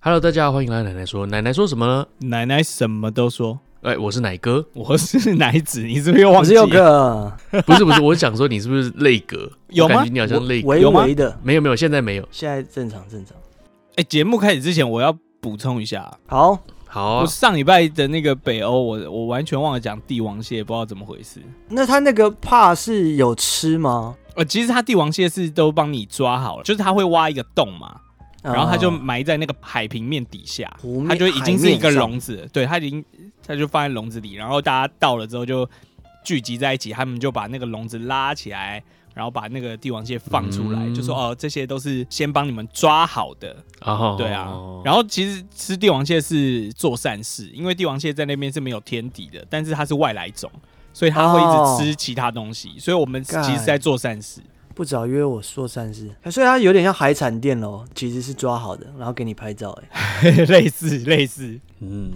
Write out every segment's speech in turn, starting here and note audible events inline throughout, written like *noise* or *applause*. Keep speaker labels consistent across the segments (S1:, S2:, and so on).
S1: Hello，大家好，欢迎来到奶奶说。奶奶说什么呢？
S2: 奶奶什么都说，
S1: 哎、我是奶哥，
S2: 我是奶子，你是不是又忘
S3: 我
S2: 记
S3: 是
S2: 了？
S3: 佑哥，
S1: 不是不是，我想说你是不是泪哥？
S2: *laughs* 有吗
S1: 我感觉你好像泪哥。
S3: 微
S2: 哎有吗
S3: 微的，
S1: 没有没有，现在没有。
S3: 现在正常正常。
S2: 哎，节目开始之前我要补充一下，
S3: 好，
S1: 好啊、
S2: 我上礼拜的那个北欧，我我完全忘了讲帝王蟹，不知道怎么回事。
S3: 那他那个怕是有吃吗？
S2: 呃，其实它帝王蟹是都帮你抓好了，就是它会挖一个洞嘛，然后它就
S3: 啊
S2: 埋在那个海平面底下
S3: 湖，面
S2: 它就已经是一个
S3: 海面上
S2: 笼子了，对，它已经它就放在笼子里，然后大家到了之后就聚集在一起，他们就把那个笼子拉起来，然后把那个帝王蟹放出来，
S1: 嗯
S2: 就说哦，这些都是先帮你们抓好的，
S1: 然后
S2: 对啊，然后其实吃帝王蟹是做善事，因为帝王蟹在那边是没有天敌的，但是它是外来种，所以它会
S3: 哦
S2: 一直吃其他东西，所以我们其实是在做善事。
S3: 不早约我说善事，所以他有点像海产店喽，其实是抓好的，然后给你拍照、哎， *laughs*
S2: 类似类似，
S1: 嗯，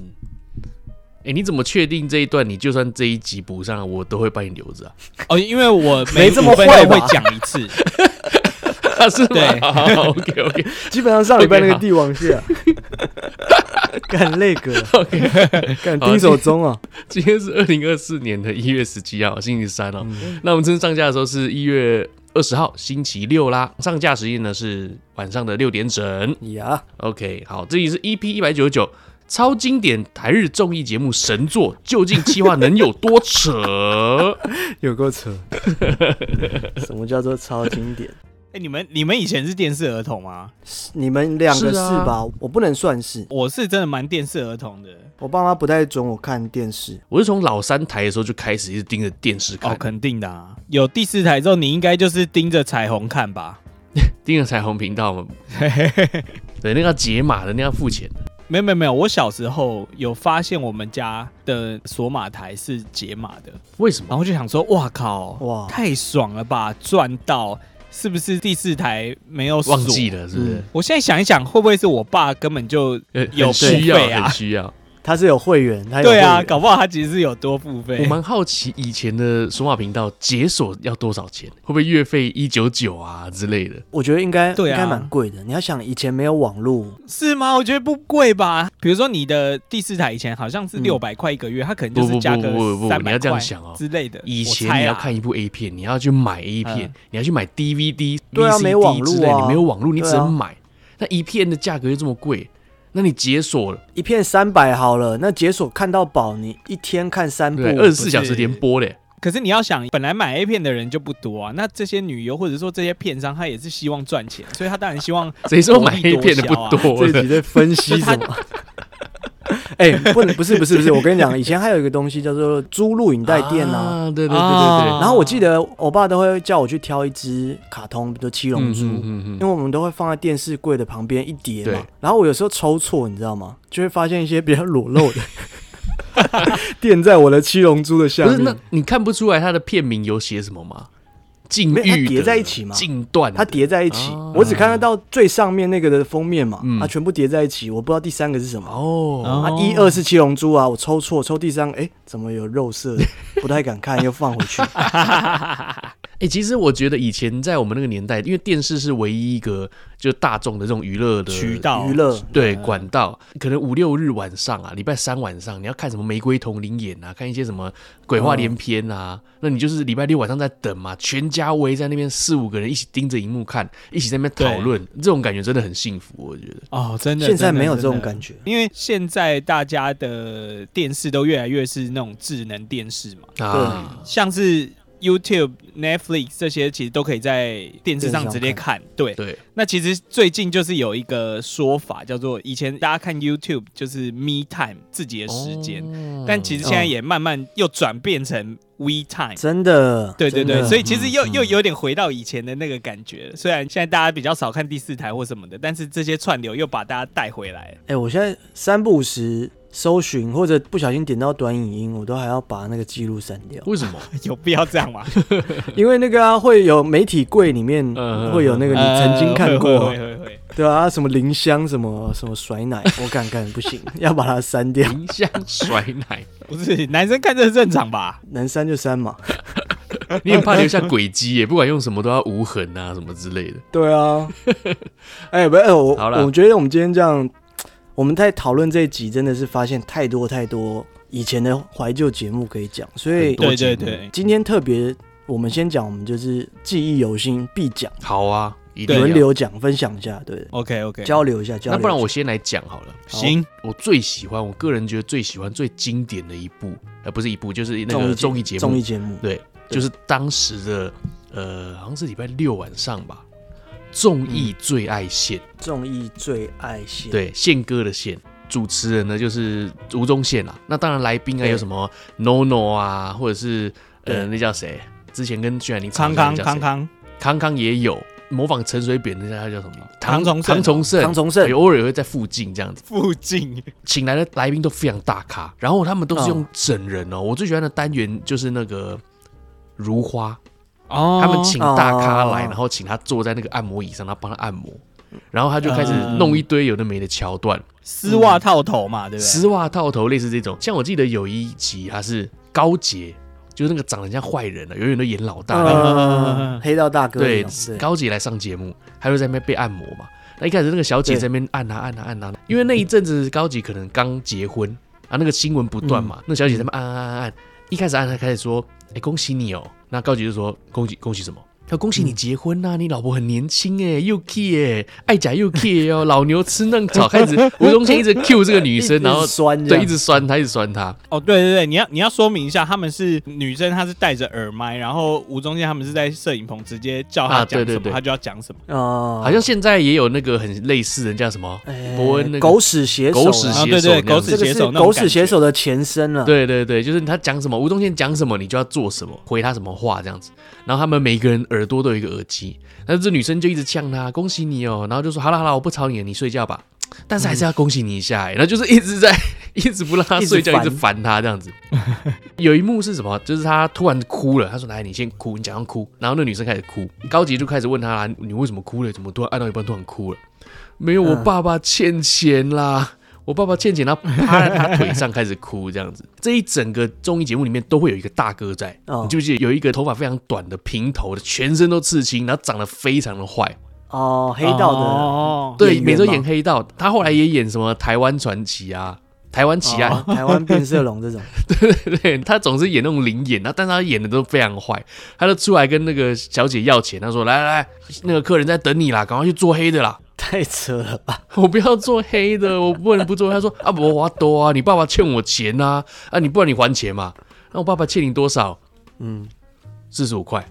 S1: 哎、你怎么确定这一段？你就算这一集补上，我都会帮你留着啊？
S2: 哦，因为我
S3: 没
S2: 每
S3: 这么
S2: 五分钟
S3: 坏吧
S2: 会讲一次， *laughs*
S1: 啊是吗？ *laughs*
S2: 对
S1: OK OK
S3: 基本上上礼拜那个帝王蟹、
S2: *laughs*
S3: 啊，干那个，
S1: OK。
S3: 干丁守中啊，
S1: 今天是二零二四年的一月十七号，星期三哦。
S2: 嗯
S1: 那我们正式上架的时候是一月二十号，星期六啦。上架时间呢是晚上的六点整。
S3: *laughs* 呀，
S1: OK，好，这里是 EP 一百九十九，超经典台日综艺节目神作，究竟企划能有多
S2: *laughs*
S1: 扯？
S3: 有够扯，什么叫做超经典？
S2: 哎、你们你们以前是电视儿童吗？
S3: 你们两个
S1: 是
S3: 是
S1: 啊
S3: 吧？我不能算是，
S2: 我是真的蛮电视儿童的。
S3: 我爸妈不太准我看电视，
S1: 我是从老三台的时候就开始一直盯着电视看，
S2: 哦，肯定的、啊，有第四台之后，你应该就是盯着彩虹看吧？
S1: 盯着彩虹频道嘛。对，那个要解码的，那个要付钱。
S2: 没有没有没有，我小时候有发现我们家的索马台是解码的，
S1: 为什么？
S2: 然后就想说，哇靠，
S3: 哇
S2: 太爽了吧，赚到！是不是第四台没有锁
S1: 忘记？了是不是
S3: 嗯？
S2: 我现在想一想，会不会是我爸根本就
S1: 呃
S2: 有
S1: 很需
S2: 付费
S1: 要，
S2: 啊
S1: 很需要。
S3: 他是有会员，他有
S2: 对啊？
S3: 会员
S2: 搞不好他其实是有多付
S1: 我
S2: 费。
S1: 蛮好奇以前的数码频道解锁要多少钱，会不会月费一九九啊之类的？
S3: 我觉得应该、
S2: 对
S3: 应
S2: 啊
S3: 该蛮贵的。你要想以前没有网络，
S2: 是吗？我觉得不贵吧。比如说你的第四台以前好像是
S3: 嗯
S2: 六百块一个月，它可能
S1: 不
S2: 就
S1: 不
S2: 是加
S1: 不
S2: 个
S1: 不不，
S2: 三
S1: 你
S2: 百
S1: 要这样
S2: 块
S1: 想哦。
S2: 之类的。
S1: 以
S2: 我
S1: 前
S2: 猜啊
S1: 你要
S2: 啦
S1: 看一
S3: 啊
S1: 部 A 片，你要去买 A 片，
S2: 嗯
S1: 你要去买 DVD，
S3: 对啊
S1: VCD
S3: 没网
S1: 之
S3: 络
S1: 类的，
S3: 啊
S1: 你没有网络，你
S3: 对
S1: 只
S3: 啊
S1: 能买。那一片的价格又这么贵，那你解锁了，
S3: 一片三百好了，那解锁看到宝，你一天看三部 *laughs*
S1: 对，，二十四
S2: 是
S1: 小时连播嘞。
S2: 可是你要想，本来买 A 片的人就不多啊，那这些女优或者说这些片商，他也是希望赚钱，所以他当然希望
S1: 谁说买
S2: 薄利
S1: A
S2: 多
S1: 片的不
S2: 销啊
S1: 多
S3: 这
S1: 的？
S3: 集在分析什么？ *laughs* 哎、不能，不是不是不是，我跟你讲，以前还有一个东西叫做租录影带店
S1: *laughs*
S3: 啊。
S1: 啊，对对对对对
S2: 啊，
S3: 然后我记得我爸都会叫我去挑一只卡通，比如《七龙
S1: 嗯
S3: 珠》
S1: 嗯嗯
S3: 因为
S1: 嗯，
S3: 我们都会放在电视柜的旁边一叠
S1: 对
S3: 嘛。然后我有时候抽错，你知道吗？就会发现一些比较裸露的 *laughs* 垫在我的《七龙珠》的下
S1: 不
S3: 面。
S1: 是，那你看不出来它的片名有写什么吗？禁
S3: 没有它
S1: 欲
S3: 叠
S1: 的
S3: 在一起嘛
S1: 禁断的，
S3: 它叠在一起
S1: 啊，
S3: 我只看得到最上面那个的封面嘛
S1: 嗯，
S3: 它全部叠在一起，我不知道第三个是什么。
S1: 哦，
S3: 啊，一二是七龙珠啊，我抽错，抽第三个，哎，怎么有肉色的？不太敢看，又放回
S2: *laughs*
S3: 去。
S1: 哎，其实我觉得以前在我们那个年代，因为电视是唯一一个就大众的这种娱乐的
S2: 渠道
S3: 娱乐
S1: 对，管道可能五六日晚上啊，礼拜三晚上你要看什么《玫瑰同林演》啊，看一些什么鬼话连篇
S2: 哦
S1: 啊，那你就是礼拜六晚上在等嘛，全家围在那边四五个人一起盯着荧幕看，一起在那边讨论，这种感觉真的很幸福，我觉得。
S2: 哦，真的
S3: 现在没有这种
S2: 觉。真的
S3: 感觉，
S2: 因为现在大家的电视都越来越是那种智能电视嘛，
S1: 啊，
S2: 像是 YouTube、Netflix 这些，其实都可以在电视上
S3: 电视上
S2: 直接看。对，
S1: 对，
S2: 那其实最近就是有一个说法叫做，以前大家看 YouTube 就是 Me Time 自己的时间，
S1: 哦
S2: 但其实现在也慢慢又转变成 We Time。
S3: 真的。
S2: 对对
S3: 真
S2: 对，
S3: 的
S2: 所以其实又
S1: 嗯
S2: 又有点回到以前的那个感觉了。虽然现在大家比较少看第四台或什么的，但是这些串流又把大家带回来。
S3: 哎，我现在三不五时搜寻或者不小心点到短影音，我都还要把那个记录删
S1: *laughs*
S3: 掉，
S1: 为什
S2: *laughs*
S1: 么？
S2: 有必要这样 *laughs* 吗？
S3: 因为那个啊会有媒体柜里面
S1: 嗯
S3: 会有那个你曾经看过
S2: 呃
S3: 啊
S2: 会会会会会
S3: 对啊，什么林香，什么什么甩奶，我敢敢不行，要把它删掉，
S1: 林香甩奶，
S2: 不是男生看这是正常吧？
S3: 能删就删嘛。
S1: 你很怕留下轨迹耶，不管用什么都要无痕啊，什么之类的。 *laughs*
S3: 对啊，哎、不是，哎我
S1: 好啦
S3: 我觉得我们今天这样我们在讨论这一集，真的是发现太多太多以前的怀旧节目可以讲，所以
S1: 很多
S2: 对
S1: 节
S2: 对
S1: 目
S2: 对，
S3: 今天特别我们先讲，我们就是记忆犹新必讲，
S1: 好啊，一定要
S3: 轮。流讲，分享一下，对，
S2: OK OK，
S3: 交流一下，交流一下。
S1: 那不然我先来讲好了。
S2: 行，
S1: 我最喜欢，我个人觉得最喜欢、最经典的一部，呃，不是一部，就是那个综艺节
S3: 综
S1: 目
S3: 艺，节目，
S1: 对，就是当时的，呃，好像是礼拜六晚上吧，《综艺最爱线》
S3: 综艺最爱线，，
S1: 对，宪哥的宪，主持人呢就是吴宗宪啦。那当然来宾啊
S3: 对
S1: 有什么 NONO 啊，或者是呃
S3: 对
S1: 那叫谁？之前跟徐海宁吵架
S2: 康康
S1: 那叫谁
S2: 康康，
S1: 康康也有模仿陈水扁那家叫什么？
S2: 唐崇盛
S1: 唐崇盛，
S3: 唐崇盛
S1: 对偶哎尔也会在附近这样子。
S2: 附近
S1: 请来的来宾都非常大咖，然后他们都是用
S3: 嗯
S1: 整人哦。我最喜欢的单元就是那个如花，
S2: 哦
S1: 他们请大咖来，
S3: 哦
S1: 然后请他坐在那个按摩椅上，他帮他按摩，然后他就开始
S2: 嗯
S1: 弄一堆有的没的桥段。
S2: 丝袜套头嘛，对不对？
S1: 丝袜套头类似这种。像我记得有一集他是高杰，就是那个长得很像坏人啊的，永远都演老大。那个
S3: 呃，黑道大哥那
S1: 对
S3: 种，，对，
S1: 高杰来上节目，他就在那边被按摩嘛。那一开始那个小姐
S3: 对
S1: 在那边按啊按啊按啊，因为那一阵子高杰可能刚结婚啊，那个新闻不断嘛，那小姐在那边按按按按，一开始按她开始说，哎、恭喜你哦。那高杰就说恭喜恭喜什么？要恭喜你结婚呐、你老婆很年轻哎、又 key 哎、爱甲又 key 哦， *laughs* 老牛吃嫩草。开始吴宗宪一直 cue 这个女
S3: *laughs* 一
S1: 生，
S3: 直
S1: 然后
S3: 酸这
S1: 对，
S3: 样，
S1: 一直酸他，一直酸他。
S2: 哦，对对对，你要你要说明一下，他们是女生，她是戴着耳麦，然后吴宗宪他们是在摄影棚直接叫
S1: 啊
S2: 他讲
S1: 对对
S2: 什么，
S1: 对
S2: 他就要讲什么。
S3: 啊，
S1: 好像现在也有那个很类似人叫什么
S3: 哎
S1: 伯恩那个
S3: 狗屎写手啊，
S1: 狗屎
S2: 啊，
S1: 写
S2: 对
S1: 手那
S2: 对，
S1: 样
S2: 狗
S1: 子
S2: 屎
S3: 这个
S2: 写
S3: 是
S2: 手那种
S3: 狗
S2: 感
S3: 屎
S2: 觉
S3: 写手的前身啊了，
S1: 对对对，就是他讲什么，吴宗宪讲什么，你就要做什么，回他什么话这样子。然后他们每个人耳朵都有一个耳机，但是这女生就一直呛他，恭喜你哦，然后就说好了好了，我不吵你了，你睡觉吧。但是还是要恭喜你一下、欸，然后就是一直在一直不让他睡觉，一
S3: *laughs* 一直烦
S1: 直烦他这样子。有一幕是什么？就是他突然哭了，他说：“来，你先哭，你假装哭。”然后那女生开始哭，高杰就开始问他：“你为什么哭了？怎么突然啊按到一半突然哭了？”没有，我
S3: 嗯
S1: 爸爸欠钱啦，我爸爸欠钱，然后趴在他腿上开始哭，这
S3: *laughs*
S1: 样子。这一整个综艺节目里面都会有一个大哥在，
S3: 哦
S1: 你记不记得有一个头发非常短的平头的，全身都刺青，然后长得非常的坏，
S3: 哦，黑道的
S2: 哦，
S1: 对，
S3: 演员
S1: 每周
S3: 嘛
S1: 演黑道。他后来也演什么台湾传奇啊。台湾奇案，
S3: 哦台湾变色龙这种，
S1: *laughs* 对他总是演那种灵演，那但是他演的都非常坏，他就出来跟那个小姐要钱，他说：“来来来，那个客人在等你啦，赶快去做黑的啦。”
S3: 太扯了吧？
S1: *laughs* 我不要做黑的，我不能不做。他说啊，我花多啊，你爸爸欠我钱呐、啊，你不然你还钱嘛。那我爸爸欠你多少？
S3: 嗯，
S1: 四十五块。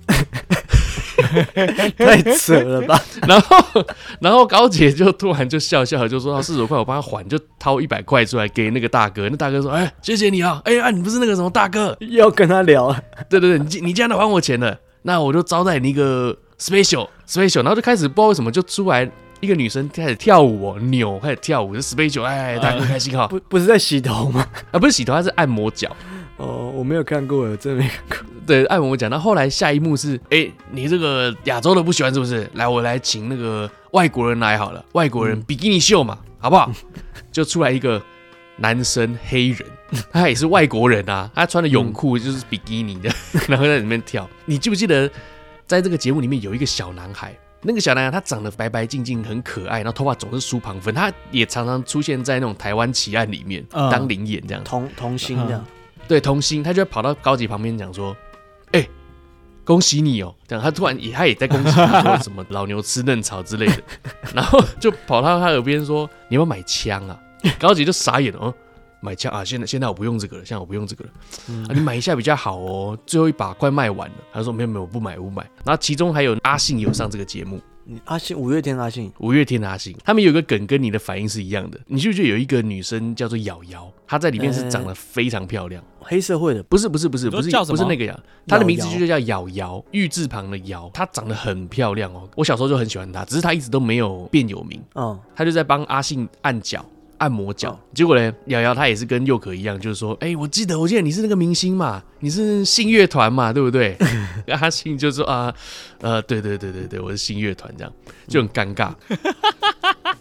S3: 太扯了吧？
S1: 然后，然后高姐就突然就笑笑，就说啊四十五块我帮他还，就掏一百块出来给那个大哥。那大哥说，哎，谢谢你啊，哎啊，你不是那个什么大哥？
S3: 要跟他聊啊，
S1: 对对对，你既你既然都还我钱了，那我就招待你一个 special special，然后就开始不知道为什么就出来。一个女生开始跳舞、哦，扭，开始跳舞，就 special，哎，大哥开心哈，
S3: 不不是在洗头吗？
S1: 啊，不是洗头，她是按摩脚，
S3: 哦，我没有看过，我真的没看过。
S1: 对，按我讲，那后来下一幕是，哎、你这个亚洲的不喜欢是不是？来，我来请那个外国人来好了，外国人比基尼秀嘛，好不好？ *laughs* 就出来一个男生黑人， *laughs* 他也是外国人啊，他穿的泳裤就是比基尼的， *laughs* 然后在里面跳。你记不记得，在这个节目里面有一个小男孩？那个小男孩他长得白白净净，很可爱，然后头发总是梳旁分，他也常常出现在那种台湾奇案里面、
S2: 嗯
S1: 当灵眼这样子。
S3: *laughs* 童童星这样，
S1: 对童星，他就会跑到高级旁边讲说：“哎、恭喜你哦！”这样他突然也他也在恭喜你说什么老牛吃嫩草之类的，然后就跑到他耳边说：“你要不要买枪啊？”高级就傻眼了，嗯，买枪啊！现在现在我不用这个了，现在我不用这个了、啊，你买一下比较好哦，最后一把快卖完了。他说：“没有没有，我不买我不买。”然后其中还有阿信有上这个节目，
S3: 你阿信五月天的阿信，
S1: 五月天的阿信，他们有一个梗跟你的反应是一样的。你记不记得有一个女生叫做瑶瑶，她在里面是长得非常漂亮。
S3: 黑社会的
S1: 不是不是不是
S2: 你说
S1: 不是
S2: 叫什
S1: 不
S2: 么
S1: 是那个瑶，她的名字
S3: 瑶瑶
S1: 就叫瑶瑶，玉字旁的瑶，她长得很漂亮哦。我小时候就很喜欢她，只是她一直都没有变有名。
S3: 哦，
S1: 她就在帮阿信按脚。按摩脚
S3: 哦，
S1: 结果呢，瑶瑶她也是跟佑可一样，就是说，哎、我记得，我记得你是那个明星嘛，你是信乐团嘛，对不对？阿信就说啊，呃，对对对对对，我是信乐团，这样就很尴尬，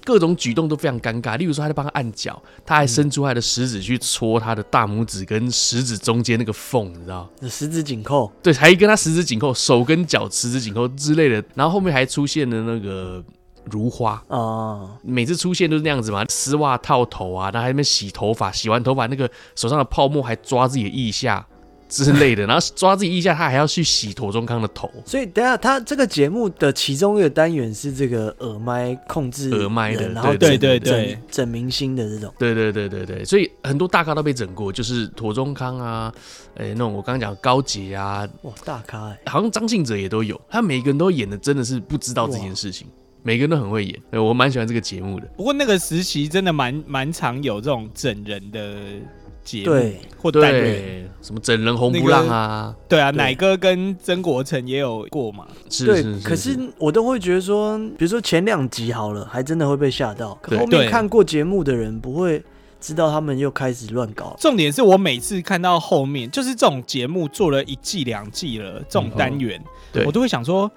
S1: 各种举动都非常尴尬。例如说，他在帮他按脚，他还伸出他的食指去戳他的大拇指跟食指中间那个缝，你知道？
S3: 那十指紧扣，
S1: 对，还跟他十指紧扣，手跟脚十指紧扣之类的。然后后面还出现了那个如花。
S3: 啊，
S1: 每次出现都是那样子嘛，丝袜套头啊，然后还在那边洗头发，洗完头发那个手上的泡沫还抓自己的腋下之类
S3: *laughs*
S1: 的，然后抓自己腋下，他还要去洗陀中康的头，
S3: 所以等一下他这个节目的其中一个单元是这个耳麦控制
S1: 耳麦的
S3: 人然后
S1: 对
S3: 整
S2: 对对
S3: 整整明星的这种，
S1: 对对对对对，所以很多大咖都被整过，就是妥中康啊，诶、那种我刚刚讲的高杰啊，
S3: 哇，大咖哎、
S1: 好像张信哲也都有，他每个人都演的真的是不知道这件事情，每个人都很会演，对我蛮喜欢这个节目的。
S2: 不过那个时期真的蛮蛮常有这种整人的
S1: 嗯
S2: 节目，
S3: 对，
S2: 或单元，
S1: 对，什么整人红不让啊，
S2: 对啊，
S3: 对
S2: 奶哥跟曾国成也有过嘛，
S1: 是
S3: 对，
S1: 是是，
S3: 可是我都会觉得说，比如说前两集好了，还真的会被吓到，可
S1: 对
S3: 后
S2: 对
S3: 面看过节目的人不会知道他们又开始乱搞。
S2: 重点是我每次看到后面，就是这种节目做了一季两季了，这种单
S3: 嗯
S2: 元，
S3: 哦
S1: 对
S2: 我都会想说，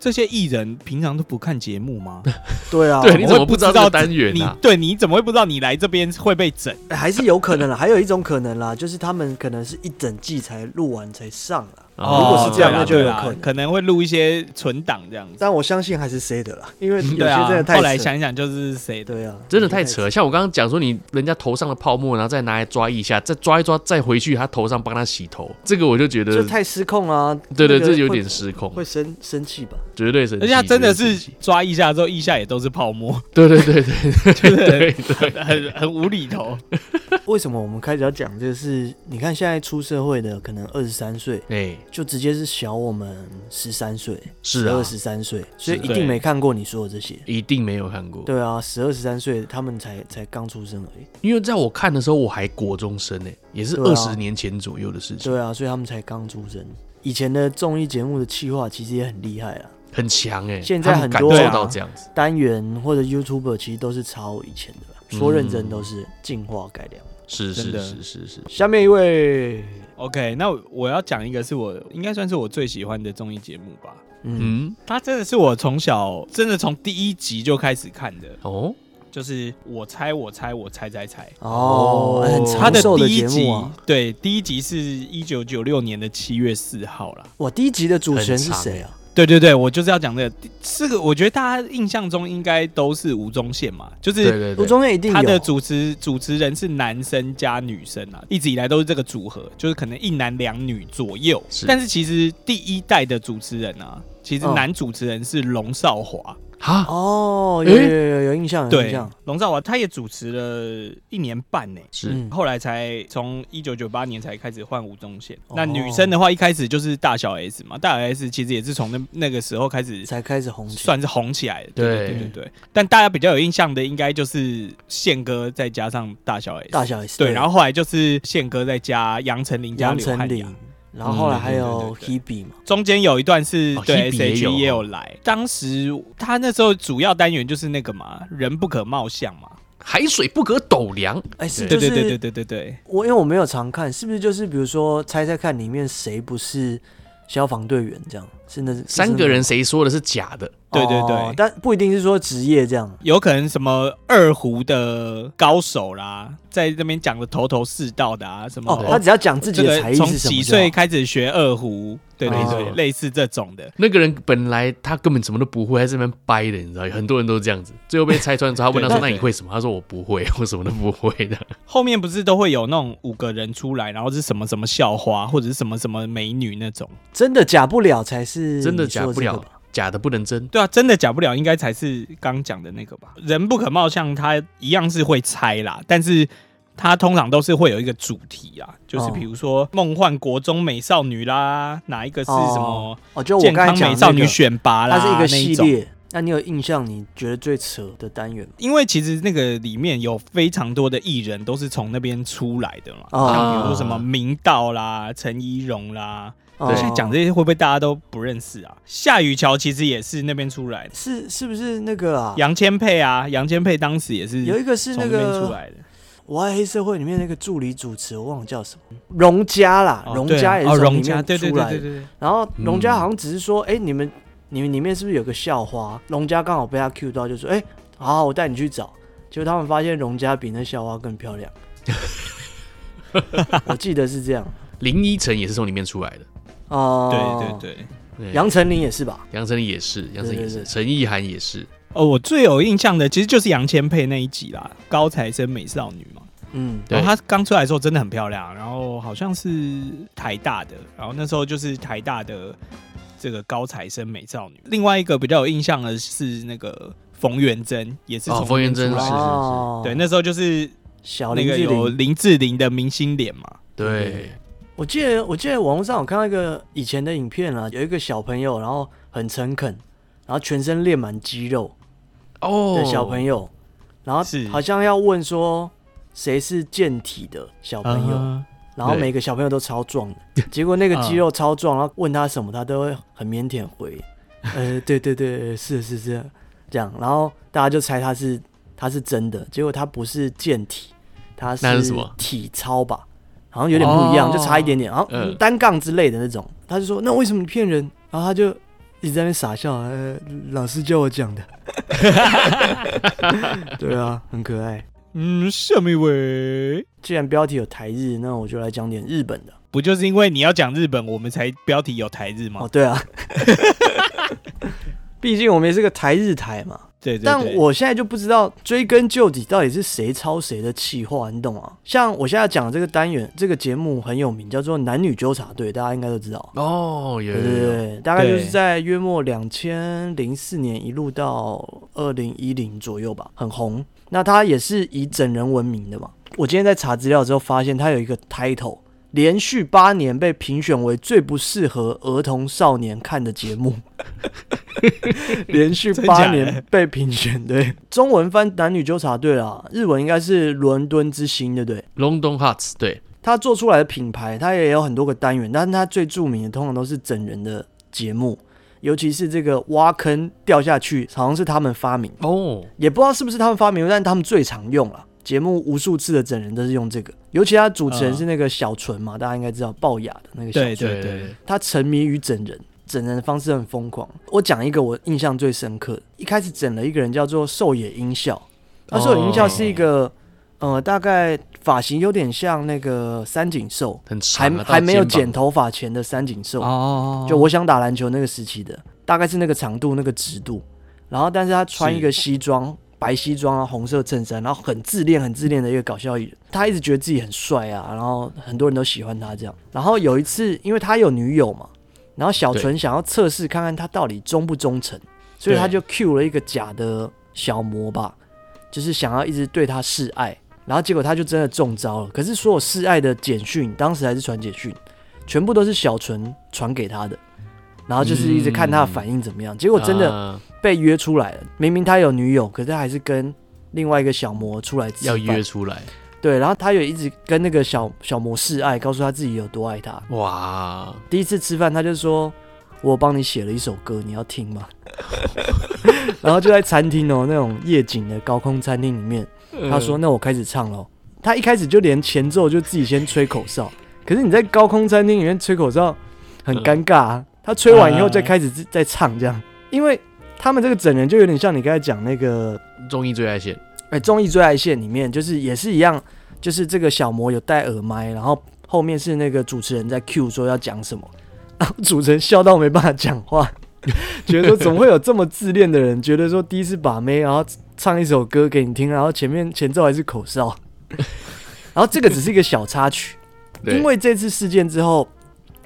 S2: 这些艺人平常都不看节目吗？
S3: *laughs* 对啊，
S1: 对，你
S2: 我
S1: 怎么
S2: 会
S1: 不
S2: 不
S1: 知道
S2: 知
S1: 这个
S2: 道
S1: 单元
S2: 你
S1: 啊？
S2: 对你怎么会不知道你来这边会被整？
S3: 哎还是有可能啦。还有一种可能啦，就是他们可能是一整季才录完才上啦。
S1: 哦
S3: 如果是这样，
S2: 对啦
S3: 那就有
S2: 对啦啊
S3: 可能。
S2: 可能会录一些存档这样子。
S3: 但我相信还是谁的啦，嗯因为有
S1: 嗯
S3: 些
S2: 对
S3: 真
S2: 啊
S3: 的，太
S2: 后来
S3: 扯
S2: 想一想就是谁的，
S3: 对啊，
S1: 真的太扯，。像我刚刚讲说，你人家头上的泡沫，然后再拿来抓一下，再抓一抓，再回去他头上帮他洗头，这个我就觉
S3: 就
S1: 得，
S3: 太失控啊！
S1: 对对，
S3: 那
S1: 这
S3: 个
S1: 有
S3: 会
S1: 点失控，
S3: 会生生气吧？
S1: 绝对生气。
S2: 而且他真的
S1: 绝对
S2: 是
S1: 生气
S2: 抓腋下之后，腋下也都是泡沫，
S1: 对对对对
S2: 就是
S1: 对对，
S2: 很 *laughs* 很很无厘头。
S3: 为什么我们开始要讲这个是？你看现在出社会的，可能二十三岁，
S1: *laughs* 哎，
S3: 就直接是小我们十三岁，
S1: 是
S3: 二
S1: 啊，
S3: 十三岁，所以
S1: 是
S3: 一定没看过你说的这些。
S1: 一定没有看过。
S3: 对啊，十二十三岁他们才才刚出生而已。
S1: 因为在我看的时候，我还国中生呢、也是
S3: 对
S1: 二
S3: 啊
S1: 十年前左右的事情，
S3: 对啊，所以他们才刚出生。以前的综艺节目的企划其实也很厉害啦，
S1: 很强哎、
S3: 现在
S1: 他们
S3: 很
S1: 敢
S3: 多
S1: 做
S2: 啊
S1: 到这样子，
S3: 单元或者 YouTuber 其实都是抄以前的啦。说认真都是进化改良。
S1: 是是
S2: 真的
S1: 是是是，
S3: 嗯下面一位，
S2: OK，那我要讲一个是我应该算是我最喜欢的综艺节目吧。
S3: 嗯，
S1: 嗯，
S2: 它真的是我从小真的从第一集就开始看的，
S1: 哦，
S3: 嗯
S2: 就是我猜我猜我猜猜猜。
S3: 哦，
S1: 哦
S3: 很
S2: 它
S3: 长
S2: 的
S3: 寿的
S2: 第一
S3: 节
S2: 集
S3: 目啊。，
S2: 对，第一集是一九九六年的七月四号啦。
S3: 哇，第一集的主持人
S1: 很
S3: 是
S1: 长
S3: 谁啊？
S2: 对对对，我就是要讲这个，这个我觉得大家印象中应该都是吴宗宪嘛，就
S1: 对
S2: 是
S1: 对
S3: 我
S1: 对，
S3: 中间一定
S2: 他的
S3: 有。
S2: 主持主持人是男生加女生啊，一直以来都是这个组合，就是可能一男两女左右。
S1: 是
S2: 但是其实第一代的主持人啊，其实
S3: 嗯
S2: 男主持人是龙少华，
S1: 哈，
S3: 哦，有有
S1: 诶
S3: 有有有印象，有印
S2: 对
S3: 象。，
S2: 龙少华他也主持了一年半呢、
S1: 是
S3: 嗯
S2: 后来才从一九九八年才开始换吴宗宪。
S3: 哦
S2: 那女生的话，一开始就是大小 S 嘛，大小 S 其实也是从那那个时候开始
S3: 才开始红起来。
S2: 算是红起来的。
S1: 对
S2: 对对对对。但大家比较有印象的，应该就是宪哥再加上大小 S。
S3: 大小 S
S2: 对，然后后来就是宪哥再加杨丞琳加
S3: 杨
S2: 刘
S3: 丞
S2: 汉
S3: 琳
S2: 雅，，
S3: 然后后来还
S2: 嗯
S3: 有
S2: 对对
S3: Hebe 嘛，
S2: 中间有一段是
S1: 哦
S2: 对
S1: Hebe 也有
S2: S H E
S1: 哦
S2: 也有来。当时他那时候主要单元就是那个嘛，人不可貌相嘛。
S1: 海水不可斗量，
S3: 哎，是
S1: 对
S2: 对
S3: 就
S2: 对对对
S3: 是
S2: 对对对。
S3: 我因为我没有常看，是不是就是比如说猜猜看里面谁不是消防队员这样？是那
S1: 三个人谁说的是假的？
S2: 对对对
S3: 哦但不一定是说职业这样。
S2: 有可能什么二胡的高手啦，在这边讲的头头是道的啊，什么
S3: 哦
S2: 的，
S3: 他只要讲自己
S2: 这
S3: 的
S2: 个
S3: 才艺
S2: 从
S3: 是什么
S2: 几
S3: 就
S2: 岁
S3: 好。
S2: 开始学二胡，对对对，
S3: 哦
S2: 类似这种的。
S1: 那个人本来他根本什么都不会，还在那边掰的，你知道，很多人都这样子。最后被拆穿之后，他问他说：“
S2: 对
S1: 那你会什么？”他说：“我不会，我什么都不会 *laughs* 的。
S2: 后面不是都会有那种五个人出来，然后是什么什么校花或者是什么什么美女那种？
S3: 真的假不了才是
S1: 真的
S3: 你说
S1: 假不
S3: 这个
S1: 了
S3: 吧
S1: 假的不能真。
S2: 对啊，真的假不了，应该才是刚讲的那个吧。人不可貌相，他一样是会猜啦，但是他通常都是会有一个主题啊，就是
S3: 哦
S2: 比如说梦幻国中美少女啦，哪一个是什么
S3: 哦，就我
S2: 健
S3: 刚才
S2: 康
S3: 讲
S2: 美
S3: 的
S2: 少
S3: 那
S2: 女
S3: 个
S2: 选拔啦，
S3: 它是一个系
S2: 那一种。
S3: 列。那你有印象？你觉得最扯的单元吗？
S2: 因为其实那个里面有非常多的艺人都是从那边出来的嘛，
S3: 哦
S2: 像
S1: 啊
S2: 比如说什么明道啦、陈怡蓉啦，
S3: 哦
S2: 现在讲这些会不会大家都不认识啊？夏雨乔其实也是那边出来的，
S3: 是是不是那个啊？
S2: 杨千霈啊，杨千霈当时也是
S3: 有一个是
S2: 从
S3: 那
S2: 那边出
S3: 个《
S2: 来的。
S3: 我爱黑社会》里面那个助理主持，我忘了叫什么，荣佳啦，
S2: 哦
S3: 荣
S2: 对啊
S3: 佳也
S2: 哦
S3: 是从里
S2: 荣家，
S3: 面
S2: 对对
S3: 出
S2: 对
S3: 来
S2: 对
S3: 的。
S2: 对对，
S3: 然后荣佳
S1: 嗯
S3: 好像只是说，哎，你们你们里面是不是有个校花？荣佳刚好被他 cue 到，就说，哎，好好，我带你去找。结果他们发现荣佳比那校花更
S1: *laughs*
S3: 漂亮。我记得是这样。”
S1: 林依晨也是从里面出来的，
S3: 哦，
S2: 对对对。
S1: 对
S3: 杨丞琳也是吧？
S1: 杨丞琳也是，杨丞琳也
S3: 对对
S1: 是，
S3: 对
S1: 陈意涵也是，
S2: 哦，我最有印象的其实就是杨千霈那一集啦，高材生美少女嘛。
S3: 嗯，
S1: 对
S2: 然后她刚出来的时候真的很漂亮，然后好像是台大的，然后那时候就是台大的这个高材生美少女。另外一个比较有印象的是那个冯元贞，也是
S1: 哦
S2: 从
S1: 冯元
S2: 那边
S1: 贞
S2: 出来
S1: 是
S2: 的
S3: 哦
S2: 对，那时候就是
S3: 小
S2: 那
S3: 林
S2: 个
S3: 志
S2: 有
S3: 玲，
S2: 林志玲的明星脸嘛。
S1: 对，
S3: 我记得我记得网络上我看到一个以前的影片啊，有一个小朋友，然后很诚恳，然后全身练满肌肉
S1: 哦
S3: 的小朋友，然后
S2: 是
S3: 好像要问说谁是健体的小朋友，
S2: 啊
S3: 然后
S1: 对嗯
S3: 每个小朋友都超壮
S1: *laughs*
S3: 的，结果那个肌肉超壮，然后问他什么，他都会很腼腆
S1: *laughs*
S3: 回，呃，对对对，是是是，这样，然后大家就猜他是他是真的，结果他不是健体，他
S1: 那
S3: 是
S1: 是什么
S3: 体操吧，好像有点不一样，
S1: 哦
S3: 就差一点点，然后
S1: 嗯
S3: 单杠之类的那种，他就说那为什么你骗人？然后他就一直在那边傻笑，呃，老师叫我
S1: *laughs*
S3: 讲的，对啊，很可爱。
S2: 嗯，下面一位。
S3: 既然标题有台日，那我就来讲点日本的。
S2: 不就是因为你要讲日本，我们才标题有台日吗？
S3: 哦，对啊， *laughs* 毕竟我们也是个台日台嘛。
S2: 对对对。
S3: 但我现在就不知道追根究底到底是谁抄谁的气话，你懂吗？像我现在讲的这个单元，这个节目很有名，叫做《男女纠察队》，大家应该都知道。
S1: 哦，有有
S3: 对对
S1: 有
S3: 对，大概就是
S2: 对
S3: 在约莫两千零四年一路到二零一零左右吧，很红。那它也是以整人闻名的嘛。我今天在查资料之后发现，它有一个 title，连续八年被评选为最不适合儿童少年看的
S2: *laughs*
S3: 节目，连续
S2: 真
S3: 八
S2: 假的
S3: 年被评选。对，中文翻《男女纠察队》啦，日文应该是《伦敦之星》，对不对？
S1: ，London Hearts，对，
S3: 它做出来的品牌，它也有很多个单元，但是它最著名的通常都是整人的节目，尤其是这个挖坑掉下去，好像是他们发明，
S1: 哦，
S3: 也不知道是不是他们发明，但是他们最常用了。节目无数次的整人都是用这个，尤其他主持人
S2: 嗯
S3: 是那个小纯嘛，大家应该知道龅牙的那个小
S2: 对
S3: 纯
S2: 对对，
S1: 对，
S3: 他沉迷于整人，整人的方式很疯狂。我讲一个我印象最深刻的，一开始整了一个人叫做兽野音效，
S1: 哦
S3: 那兽野音效是一个、呃，大概发型有点像那个三井寿，
S1: 很
S3: 还
S1: 长啊，
S3: 还没有
S1: 到肩
S3: 剪
S1: 膀，
S3: 头发前的三井寿，
S2: 哦
S3: 就我想打篮球那个时期的，大概是那个长度那个直度。然后，但是他穿
S2: 是
S3: 一个西装，白西装啊，红色衬衫，然后很自恋、很自恋的一个搞笑艺人。他一直觉得自己很帅啊，然后很多人都喜欢他这样。然后有一次，因为他有女友嘛，然后小纯想要测试看看他到底忠不忠诚，所以他就 Q 了一个假的小魔吧，就是想要一直对他示爱。然后结果他就真的中招了。可是所有示爱的简讯，当时还是传简讯，全部都是小纯传给他的。然后就是一直看他的反应怎么样。结果真的
S1: 啊
S3: 被约出来了，明明他有女友，可是他还是跟另外一个小魔出来吃
S1: 要
S3: 饭
S1: 约出来，
S3: 对，然后他有一直跟那个小小魔示爱，告诉他自己有多爱他。
S1: 哇，
S3: 第一次吃饭，他就说：“我帮你写了一首歌，你要听吗？” *laughs* 然后就在餐厅哦，那种夜景的高空餐厅里面，
S1: 嗯
S3: 他说：“那我开始唱喽。”他一开始就连前奏就自己先吹口哨，可是你在高空餐厅里面吹口哨很尴尬、啊。他吹完以后再开始自再唱这样，因为他们这个整人就有点像你刚才讲那个，
S1: 嗯综艺最爱线，
S3: 哎，综艺最爱线里面就是也是一样，就是这个小魔有戴耳麦，然后后面是那个主持人在 Q 说要讲什么，然后主持人笑到没办法讲话， *laughs* 觉得说怎么会有这么自恋的人，觉得说第一次把妹，然后唱一首歌给你听，然后前面前奏还是口哨， *laughs* 然后这个只是一个小插曲，
S1: *laughs* 对
S3: 因为这次事件之后，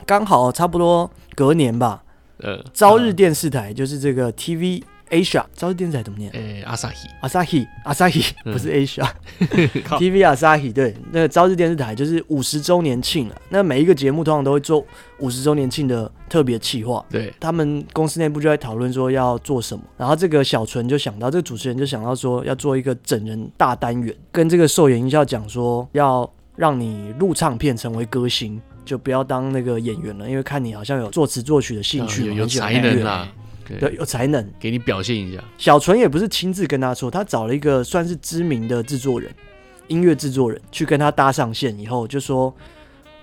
S3: 刚好差不多隔年吧，
S1: 呃，
S3: 朝日电视台就是这个 TV Asia，朝日电视台怎么念？
S1: 诶，阿萨希，
S3: Asahi Asahi
S1: 哎嗯
S3: 不是 Asia
S2: *laughs* 靠
S3: TV Asahi 对，那个朝日电视台就是五十周年庆了、那每一个节目通常都会做五十周年庆的特别企划，
S1: 对，
S3: 他们公司内部就在讨论说要做什么，然后这个小纯就想到，这个主持人就想到说要做一个整人大单元，跟这个寿元音效讲说要让你录唱片成为歌星，就不要当那个演员了，因为看你好像有作词作曲的兴趣
S1: 啊有
S3: 嘛，
S1: 有
S3: 很喜欢
S1: 才
S3: 音乐
S1: 能啦，
S3: 对，有才能。
S1: 给你表现一下，
S3: 小纯也不是亲自跟他说，他找了一个算是知名的制作人，音乐制作人去跟他搭上线以后，就说，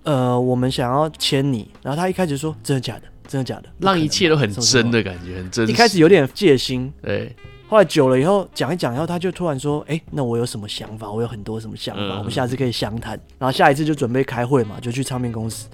S3: 呃，我们想要签你。然后他一开始说，真的假的？真的假的？
S1: 让一切都很欸
S3: 不可能吧
S1: 真。的感觉，很真
S3: 什么什么
S1: 实。
S3: 一开始有点戒心，
S1: 对，
S3: 后来久了以后讲一讲以后，他就突然说，哎、那我有什么想法？我有很多什么想法，
S1: 嗯
S3: 我们下次可以详谈。然后下一次就准备开会嘛，就去唱片公司。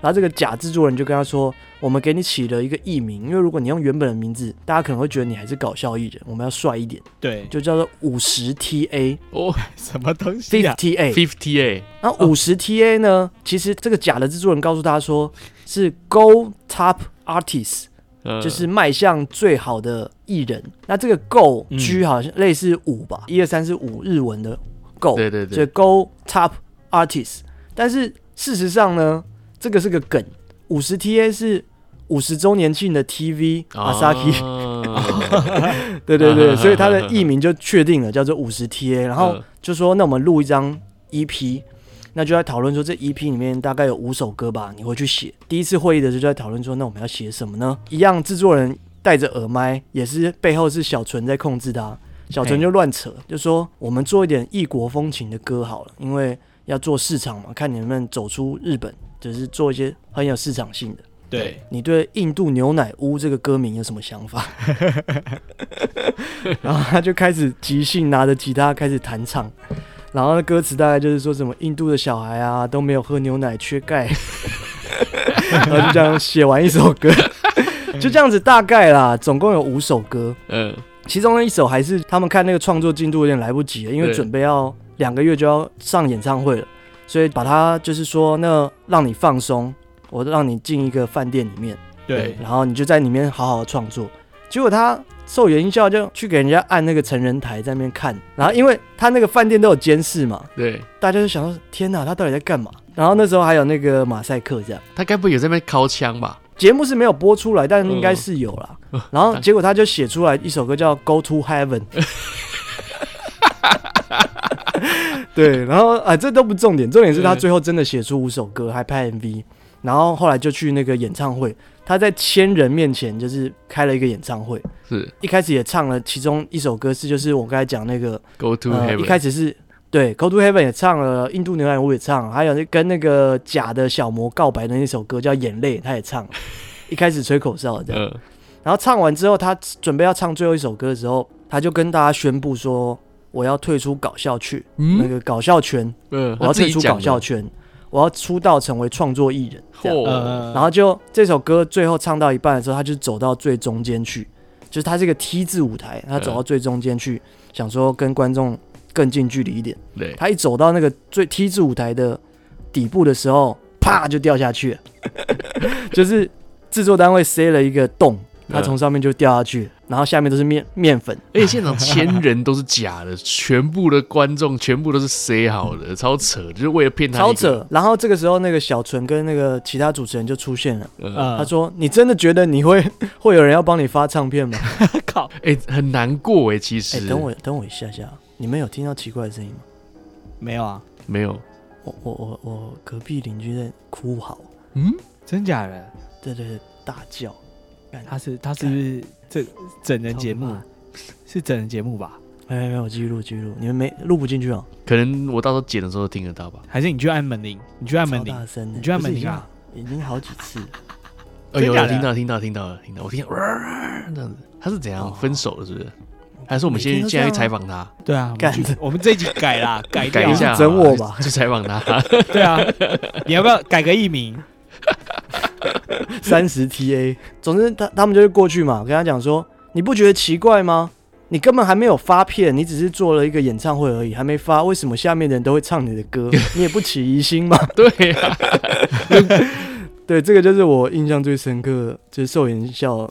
S3: 然后这个假制作人就跟他说：“我们给你起了一个艺名，因为如果你用原本的名字，大家可能会觉得你还是搞笑艺人，我们要帅一点，
S2: 对，
S3: 就叫做五十 TA
S1: 哦
S2: 什么东西啊？
S3: fifty A。
S1: ，fifty 哦 A，
S3: 然后五十 TA 呢，其实这个假的制作人告诉他说是 Go Top Artist，
S1: 呃
S3: 就是迈向最好的艺人。那这个 Go
S2: 嗯
S3: G 好像类似五吧，一二三四五日文的 Go，
S1: 嗯对对对
S3: 所以 Go Top Artist。但是事实上呢，这个是个梗，五十 TA 是。五十周年庆的 TV
S1: 啊
S3: Asaki，、
S1: *laughs* Asaki，
S3: 对
S1: *laughs*
S3: 对对，所以他的艺名就确定了，叫做五十 TA。然后
S1: 嗯
S3: 就说，那我们录一张 EP，那就在讨论说这 EP 里面大概有五首歌吧，你回去写。第一次会议的时候就在讨论说，那我们要写什么呢？一样，制作人戴着耳麦，也是背后是小纯在控制他，小纯就乱扯，就说我们做一点异国风情的歌好了，因为要做市场嘛，看你能不能走出日本，就是做一些很有市场性的。
S2: 对，
S3: 你对印度牛奶屋这个歌名有什么想法？然后他就开始即兴拿着吉他开始弹唱，然后歌词大概就是说什么印度的小孩啊都没有喝牛奶，缺钙，然后就这样写完一首歌，就这样子大概啦，总共有五首歌，
S1: 嗯，
S3: 其中的一首还是他们看那个创作进度有点来不及了，因为
S1: 对
S3: 准备要两个月就要上演唱会了，所以把它就是说那让你放松，我让你进一个饭店里面。
S2: 对，
S3: 然后你就在里面好好地创作。结果他受原音效就去给人家按那个成人台在那边看，然后因为他那个饭店都有监视嘛，
S1: 对
S3: 大家就想说天哪，他到底在干嘛？然后那时候还有那个马赛克这样，
S1: 他该不会有在那边敲枪吧？
S3: 节目是没有播出来，但应该是有啦。然后结果他就写出来一首歌叫《Go to Heaven》。对，然后啊，这都不重点，重点是他
S1: 对
S3: 最后真的写出五首歌，还拍 MV，然后后来就去那个演唱会，他在千人面前就是开了一个演唱会，
S1: 是
S3: 一开始也唱了其中一首歌是就是我刚才讲那个
S1: Go to
S3: 呃，一
S1: Heaven，
S3: 开始是对《Go to Heaven》也唱了，印度牛奶我也唱，还有那跟那个假的小魔告白的那首歌叫《眼泪》，他也唱了。一开始吹口哨这
S1: *laughs*
S3: 样，
S1: 嗯，
S3: 然后唱完之后，他准备要唱最后一首歌的时候，他就跟大家宣布说：“我要退出搞笑圈，那
S1: 嗯
S3: 个搞笑圈，
S1: 嗯，
S3: 我要
S1: 自
S3: 退
S1: 己
S3: 出
S1: 讲
S3: 搞笑
S1: 的
S3: 圈，我要出道成为创作艺人。”这样。
S1: 嚯，
S2: 呃，
S3: 哦然后就这首歌最后唱到一半的时候，他就走到最中间去，就是他是一个 T 字舞台，他
S1: 嗯
S3: 走到最中间去，想说跟观众更近距离一点。
S1: 对，
S3: 他一走到那个最 T 字舞台的底部的时候，啪就掉下去了， *laughs* 就是制作单位塞了一个洞，他从上面就掉下去，然后下面都是面面粉，
S1: 而且现场千人都是假的，全部的观众全部都是塞好
S3: *laughs*
S1: 的，超扯，就是为了骗他。
S3: 超，扯。然后这个时候，那个小纯跟那个其他主持人就出现了，
S1: 嗯，
S2: 呃，
S3: 他说：“你真的觉得你会 *laughs* 会有人要帮你发
S2: *laughs*
S3: 唱片吗？”
S2: 靠，
S1: 哎，很难过哎，其
S3: 哎、
S1: 实
S3: 等我等我一下下，你们有听到奇怪的声音吗？
S2: 没有啊，
S1: 没有，
S3: 我我我我隔壁邻居在哭嚎，
S2: 嗯，真假的？
S3: 对对对，大叫，
S2: 他是他是不是这整人节目
S3: 超可？
S2: 是整人节目吧？
S3: 没有没有记录记录，你们没录不进去哦，
S1: 可能我到时候剪的时候听得到吧。
S2: 还是你去按门铃？你去按
S3: 超
S2: 门
S3: 大
S2: 铃？
S3: 声的，
S2: 你去按
S3: 不
S2: 门
S3: 是已
S2: 铃
S3: 经
S2: 啊？
S3: 已经好几次了，
S1: 哦，有
S2: 真
S1: 有
S2: 假的
S1: 听到听到听到了听到，我听到呃 *laughs* 这样子，他是怎样
S3: 哦
S1: 分手了是不是？还是我们
S3: 每天
S1: 先
S3: 都
S1: 现在去
S3: 这
S1: 采
S3: 样啊
S1: 访他，
S2: 对啊，我
S3: 干
S2: 们去 *laughs* 我们这一集改
S3: *laughs*
S2: 啦，改掉
S1: 改一下
S3: 你是整我
S1: 好了
S3: 吧
S1: *laughs* 去去采访他。
S2: 对啊，你要不要改个艺
S3: *laughs*
S2: 名？
S3: 三十 TA，总之他他们就是过去嘛，跟他讲说，你不觉得奇怪吗？你根本还没有发片，你只是做了一个演唱会而已，还没发，为什么下面的人都会唱你的歌？你也不起疑心吗？
S1: 对啊呀，
S3: 对，这个就是我印象最深刻，就是寿元笑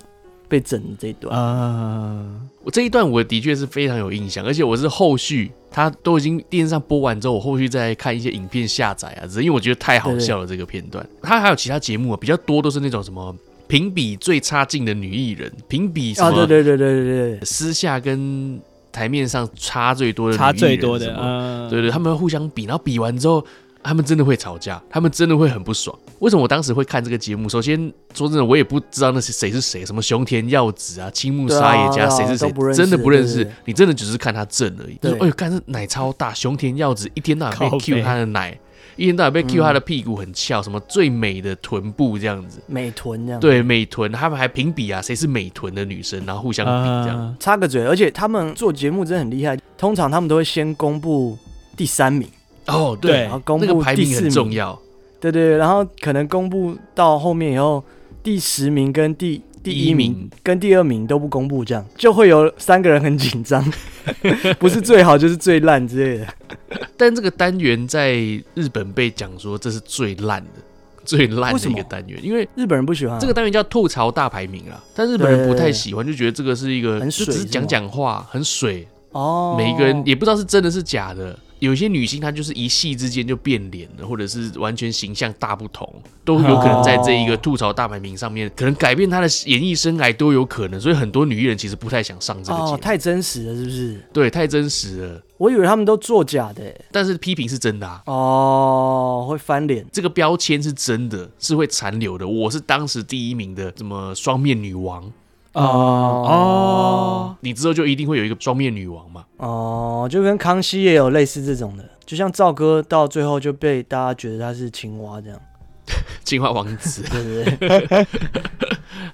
S3: 被整的这一段。
S2: 呃，
S1: 我这一段我的确是非常有印象，而且我是后续他都已经电视上播完之后，我后续再看一些影片下载啊，只是因为我觉得太好笑了这个片段。他还有其他节目啊，比较多都是那种什么评比最差劲的女艺人，评比什
S3: 啊，对
S1: 么
S3: 对对对对对，
S1: 私下跟台面上差最多的
S2: 差
S1: 女艺人
S2: 最多的
S1: 什，
S3: 啊
S1: 么
S2: 嗯，
S1: 对对，他们互相比，然后比完之后，他们真的会吵架，他们真的会很不爽。为什么我当时会看这个节目？首先说真的，我也不知道那是谁是谁，什么熊田耀子啊、青木沙也
S3: 对
S1: 加、
S3: 啊
S1: 谁是谁
S3: 都不认，识
S1: 真的不认识
S3: 对对对。
S1: 你真的只是看他正而已。就是
S3: 对
S1: 哎呦，看这奶超大，熊田耀子一天到晚被
S2: 靠
S1: Q
S2: 背
S1: 他的奶，一天到晚被 Q
S3: 嗯
S1: 他的屁股很翘，什么最美的臀部这样子。
S3: 美臀这样。，
S1: 对美臀，他们还评比啊，谁是美臀的女生，然后互相比这样。
S2: 呃，
S3: 插个嘴，而且他们做节目真的很厉害，通常他们都会先公布第三名，
S1: 哦，
S2: 对
S1: 对，
S3: 然后公
S1: 那个
S3: 布
S1: 排
S3: 第
S1: 名
S3: 四
S1: 很重
S3: 名，
S1: 要。
S3: 对对对，然后可能公布到后面以后，第十名跟第第一
S1: 一
S3: 名
S1: 名
S3: 跟第二名都不公布，这样就会有三个人很
S1: *laughs*
S3: 紧张，不是最好就是最烂之类的。
S1: 但这个单元在日本被讲说这是最烂的、最烂的
S3: 为什
S1: 一
S3: 么
S1: 个单元，因为
S3: 日本人不喜欢啊
S1: 这个单元叫吐槽大排名啦，但日本人不
S3: 对
S1: 太
S3: 对
S1: 喜欢，就觉得这个是一个
S3: 很
S1: 就
S3: 水
S1: 只
S3: 是
S1: 是
S3: 吗
S1: 讲讲话，很水，
S3: 哦，
S1: 每一个人也不知道是真的是假的。有些女星她就是一戏之间就变脸了，或者是完全形象大不同，都有可能在这一个
S3: 哦
S1: 吐槽大排名上面，可能改变她的演艺生涯都有可能。所以很多女艺人其实不太想上这个节
S3: 哦
S1: 目，
S3: 太真实了，是不是？
S1: 对，太真实了。
S3: 我以为他们都作假的欸
S1: 但是批评是真的啊，
S3: 哦，会翻脸
S1: 这个标签是真的，是会残留的。我是当时第一名的，什么双面女王，
S2: 呃哦，
S1: 你之后就一定会有一个双面女王嘛？ *laughs*
S3: 哦，就跟康熙也有类似这种的，就像赵哥到最后就被大家觉得他是青蛙这样，
S1: 青蛙王子。 *laughs*
S3: 对不对？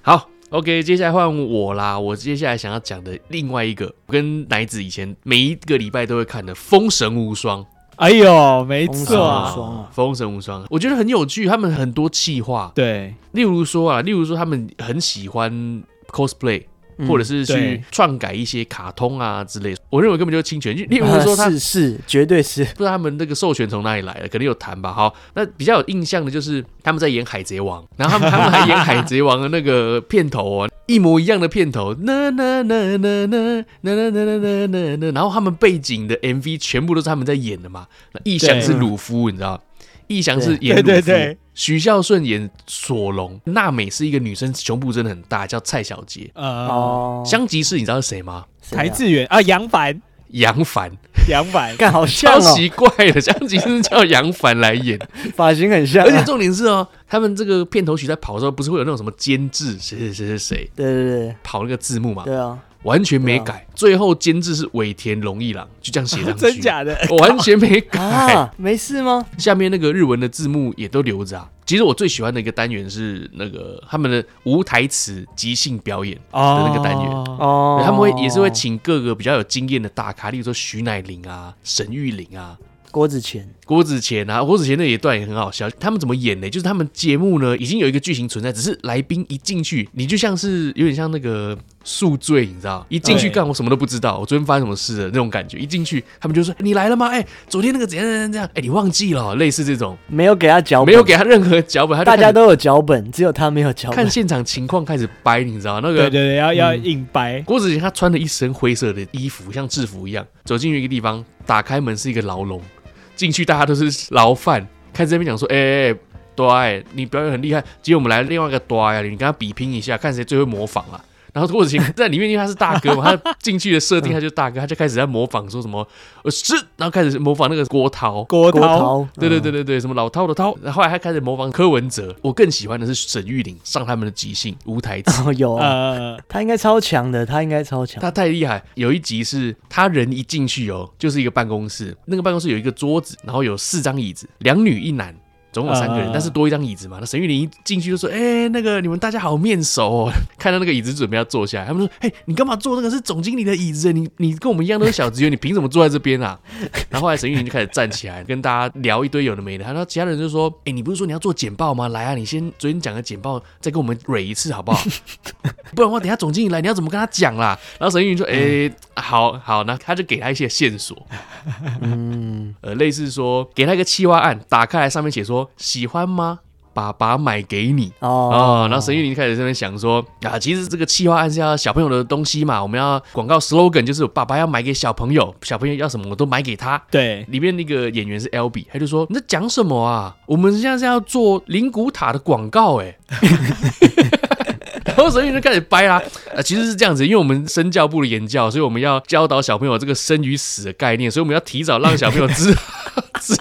S1: 好，OK，接下来换我啦。我接下来想要讲的另外一个，我跟奶子以前每一个礼拜都会看的《封神无双》
S2: 哎呦，没错
S3: 风神无
S2: 啊，
S3: 双啊
S1: 封神无双》，我觉得很有趣。他们很多气话，
S2: 对，
S1: 例如说啊，例如说他们很喜欢 cosplay。
S3: 嗯
S1: 或者是去
S2: 对
S1: 篡改一些卡通啊之类的，我认为根本就是侵权。 *laughs* 例如说，他
S3: 啊是是，绝对是
S1: 不知道他们那个授权从哪里来的，可能有谈吧。好，那比较有印象的就是他们在演《海贼王》，然后他们他们还演《海贼王》的那个片头哦，一模一样的片头，呐呐呐呐呐呐呐呐呐呐呐呐，然后他们背景的 MV 全部都是他们在演的嘛。那异翔是鲁夫，你知道？异翔是演
S2: 对
S1: 鲁夫，
S2: 对对
S1: 许孝顺演索隆，娜美是一个女生，胸部真的很大，叫蔡小杰。
S2: 呃，
S3: 哦，
S1: 香吉士你知道是谁吗？
S3: 谁啊，
S2: 台志远啊，杨凡，
S1: 杨凡，
S2: 杨凡
S3: 干好像
S1: 超
S3: 哦，
S1: 奇怪的，香吉士叫杨凡来演。
S3: 发型很像
S1: *laughs*
S3: 啊，
S1: 而且重点是哦，他们这个片头曲在跑的时候，不是会有那种什么监制谁谁谁谁谁
S3: 对对对
S1: 跑那个字幕嘛，
S3: 对啊，
S1: *laughs* 完全没改。最后监制是尾田荣一郎，就这样写
S3: *laughs*
S1: 上去，
S2: 真？假的？
S1: 完全没改。
S3: 啊，没事吗？
S1: 下面那个日文的字幕也都留着啊。其实我最喜欢的一个单元是那个他们的无台词即兴表演，
S2: 哦
S1: 那个单元
S2: 元，
S3: 哦
S1: 对，他们会也是会请各个比较有经验的大咖，例如说徐乃麟啊、沈玉琳啊，
S3: 郭子乾，
S1: 郭子乾啊，郭子乾那一段也很好笑。他们怎么演呢？就是他们节目呢已经有一个剧情存在，只是来宾一进去，你就像是有点像那个宿醉，你知道？一进去
S2: 对
S1: 干我什么都不知道，我昨天发生什么事了那种感觉。一进去，他们就说：“你来了吗？哎、昨天那个怎样怎样怎样？哎、你忘记了？”类似这种，
S3: 没有给他脚本，
S1: 没有给他任何脚本，他就
S3: 大
S1: 开始
S3: 家都有脚本，只有他没有脚
S1: 看
S3: 本。
S1: 现场情况开始掰，你知道那
S2: 对对
S1: 个。
S2: 对，要要硬掰，
S1: 郭子乾他穿了一身灰色的衣服，像制服一样，走进去一个地方，打开门是一个牢笼，进去大家都是牢饭，开始在那边讲说，哎、哎哎，对、你表演很厉害，结果我们来另外一个对呀、你跟他比拼一下，看谁最会模仿啊。然后郭子乾在里面，因为他是大哥嘛，他进去的设定他就大哥，他就开始在模仿说什么呃是，然后开始模仿那个郭涛，
S2: 郭
S3: 郭
S2: 涛，
S3: 涛，
S1: 对对对
S3: 嗯，
S1: 对对，什么老涛的涛，然后后来他开始模仿柯文哲。我更喜欢的是沈玉玲上他们的即兴无台词，
S3: 哦有啊，
S2: 呃，
S3: 他应该超强的，他应该超强。
S1: 他太厉害。有一集是他人一进去哦，就是一个办公室，那个办公室有一个桌子，然后有四张椅子，两女一男。总共有三个人
S2: 嗯，
S1: 但是多一张椅子嘛。那沈玉玲一进去就说：“哎、那个你们大家好面熟哦。” *laughs* 看到那个椅子准备要坐下来，他们说：“哎、你干嘛坐那个是总经理的椅子？你你跟我们一样都是小职员，你凭什么坐在这边啊？” *laughs* 然后后来沈玉玲就开始站起来跟大家聊一堆有的没的，然后其他人就说：“哎、你不是说你要做简报吗？来啊，你先昨天讲的简报再跟我们蕊一次好不 *laughs* 好？不然的话，等一下总经理来，你要怎么跟他讲啦？”然后沈玉玲说：“哎、好好，那他就给他一些线索，
S3: 嗯，
S1: 呃，类似说给他一个企划案，打开来上面写说喜欢吗？爸爸买给你。”
S3: 哦
S1: 哦，然后沈玉玲就开始在那边想说啊，其实这个企划案是要小朋友的东西嘛，我们要广告 slogan 就是爸爸要买给小朋友，小朋友要什么我都买给他。
S2: 对，
S1: 里面那个演员是 L B，他就说你在讲什么啊？我们现在是要做灵骨塔的广告哎、 *laughs* 然后沈玉玲就开始掰啦，呃，其实是这样子，因为我们身教部的言教，所以我们要教导小朋友这个生与死的概念，所以我们要提早让小朋友知 *laughs* 知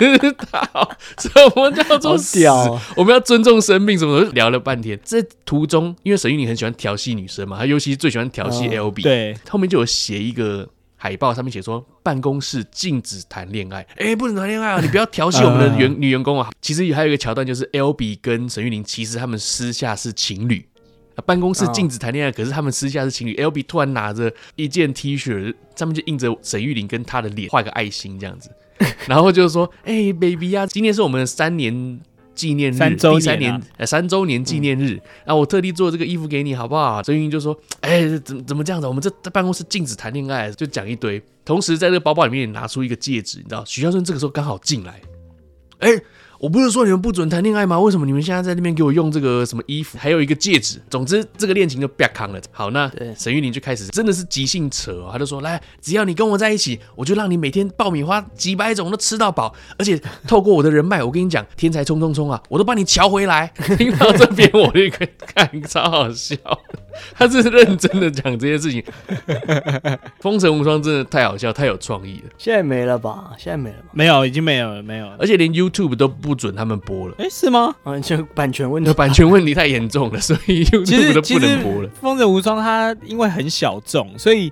S1: 道什么叫做
S3: 好
S1: 死，
S3: 屌哦
S1: 我们要尊重生命什么的，聊了半天。这途中，因为沈玉玲很喜欢调戏女生嘛，她尤其是最喜欢调戏
S3: 嗯
S1: L B，、
S2: 对，
S1: 后面就有写一个海报，上面写说办公室禁止谈恋爱，哎、不能谈恋爱啊！你不要调戏我们 *laughs* 的员、女员工啊！其实还有一个桥段就是 L B 跟沈玉玲，其实他们私下是情侣。啊办公室禁止谈恋爱，可是他们私下是情侣。L B 突然拿着一件 T 恤，上面就印着沈玉玲跟她的脸，画一个爱心这样子，然后就说：“哎、b a b y 啊，今天是我们三年纪念日，
S2: 三周年啊嗯
S1: 第三年呃三周年纪念日，啊，我特地做这个衣服给你，好不好？郑云就说，哎、怎怎么这样子？我们这在办公室禁止谈恋爱，就讲一堆。同时在这个包包里面也拿出一个戒指，你知道，许孝顺这个时候刚好进来，哎、我不是说你们不准谈恋爱吗？为什么你们现在在那边给我用这个什么衣服，还有一个戒指？总之，这个恋情就啪康了。好，那
S3: 对
S1: 沈玉玲就开始真的是即兴扯哦、他就说：“来，只要你跟我在一起，我就让你每天爆米花几百种都吃到饱，而且透过我的人脉，我跟你讲，天才冲冲冲啊，我都帮你瞧回来。”听到这边，我就看超好笑，他是认真的讲这些事情。风尘无双真的太好笑，太有创意了，
S3: 现在没了吧？现在没了吧？
S2: 没有，已经没有了，没有了。
S1: 而且连 YouTube 都不准他们播了。
S2: 哎、是吗？
S3: 嗯，就版权问
S1: *laughs* 那
S3: 题。
S1: 哦版权问题太严重了，所以
S2: 其
S1: YouTube
S2: 实
S1: 都
S2: 其
S1: 不
S2: 实
S1: 能播了。
S2: 风筝无双它因为很小众，所以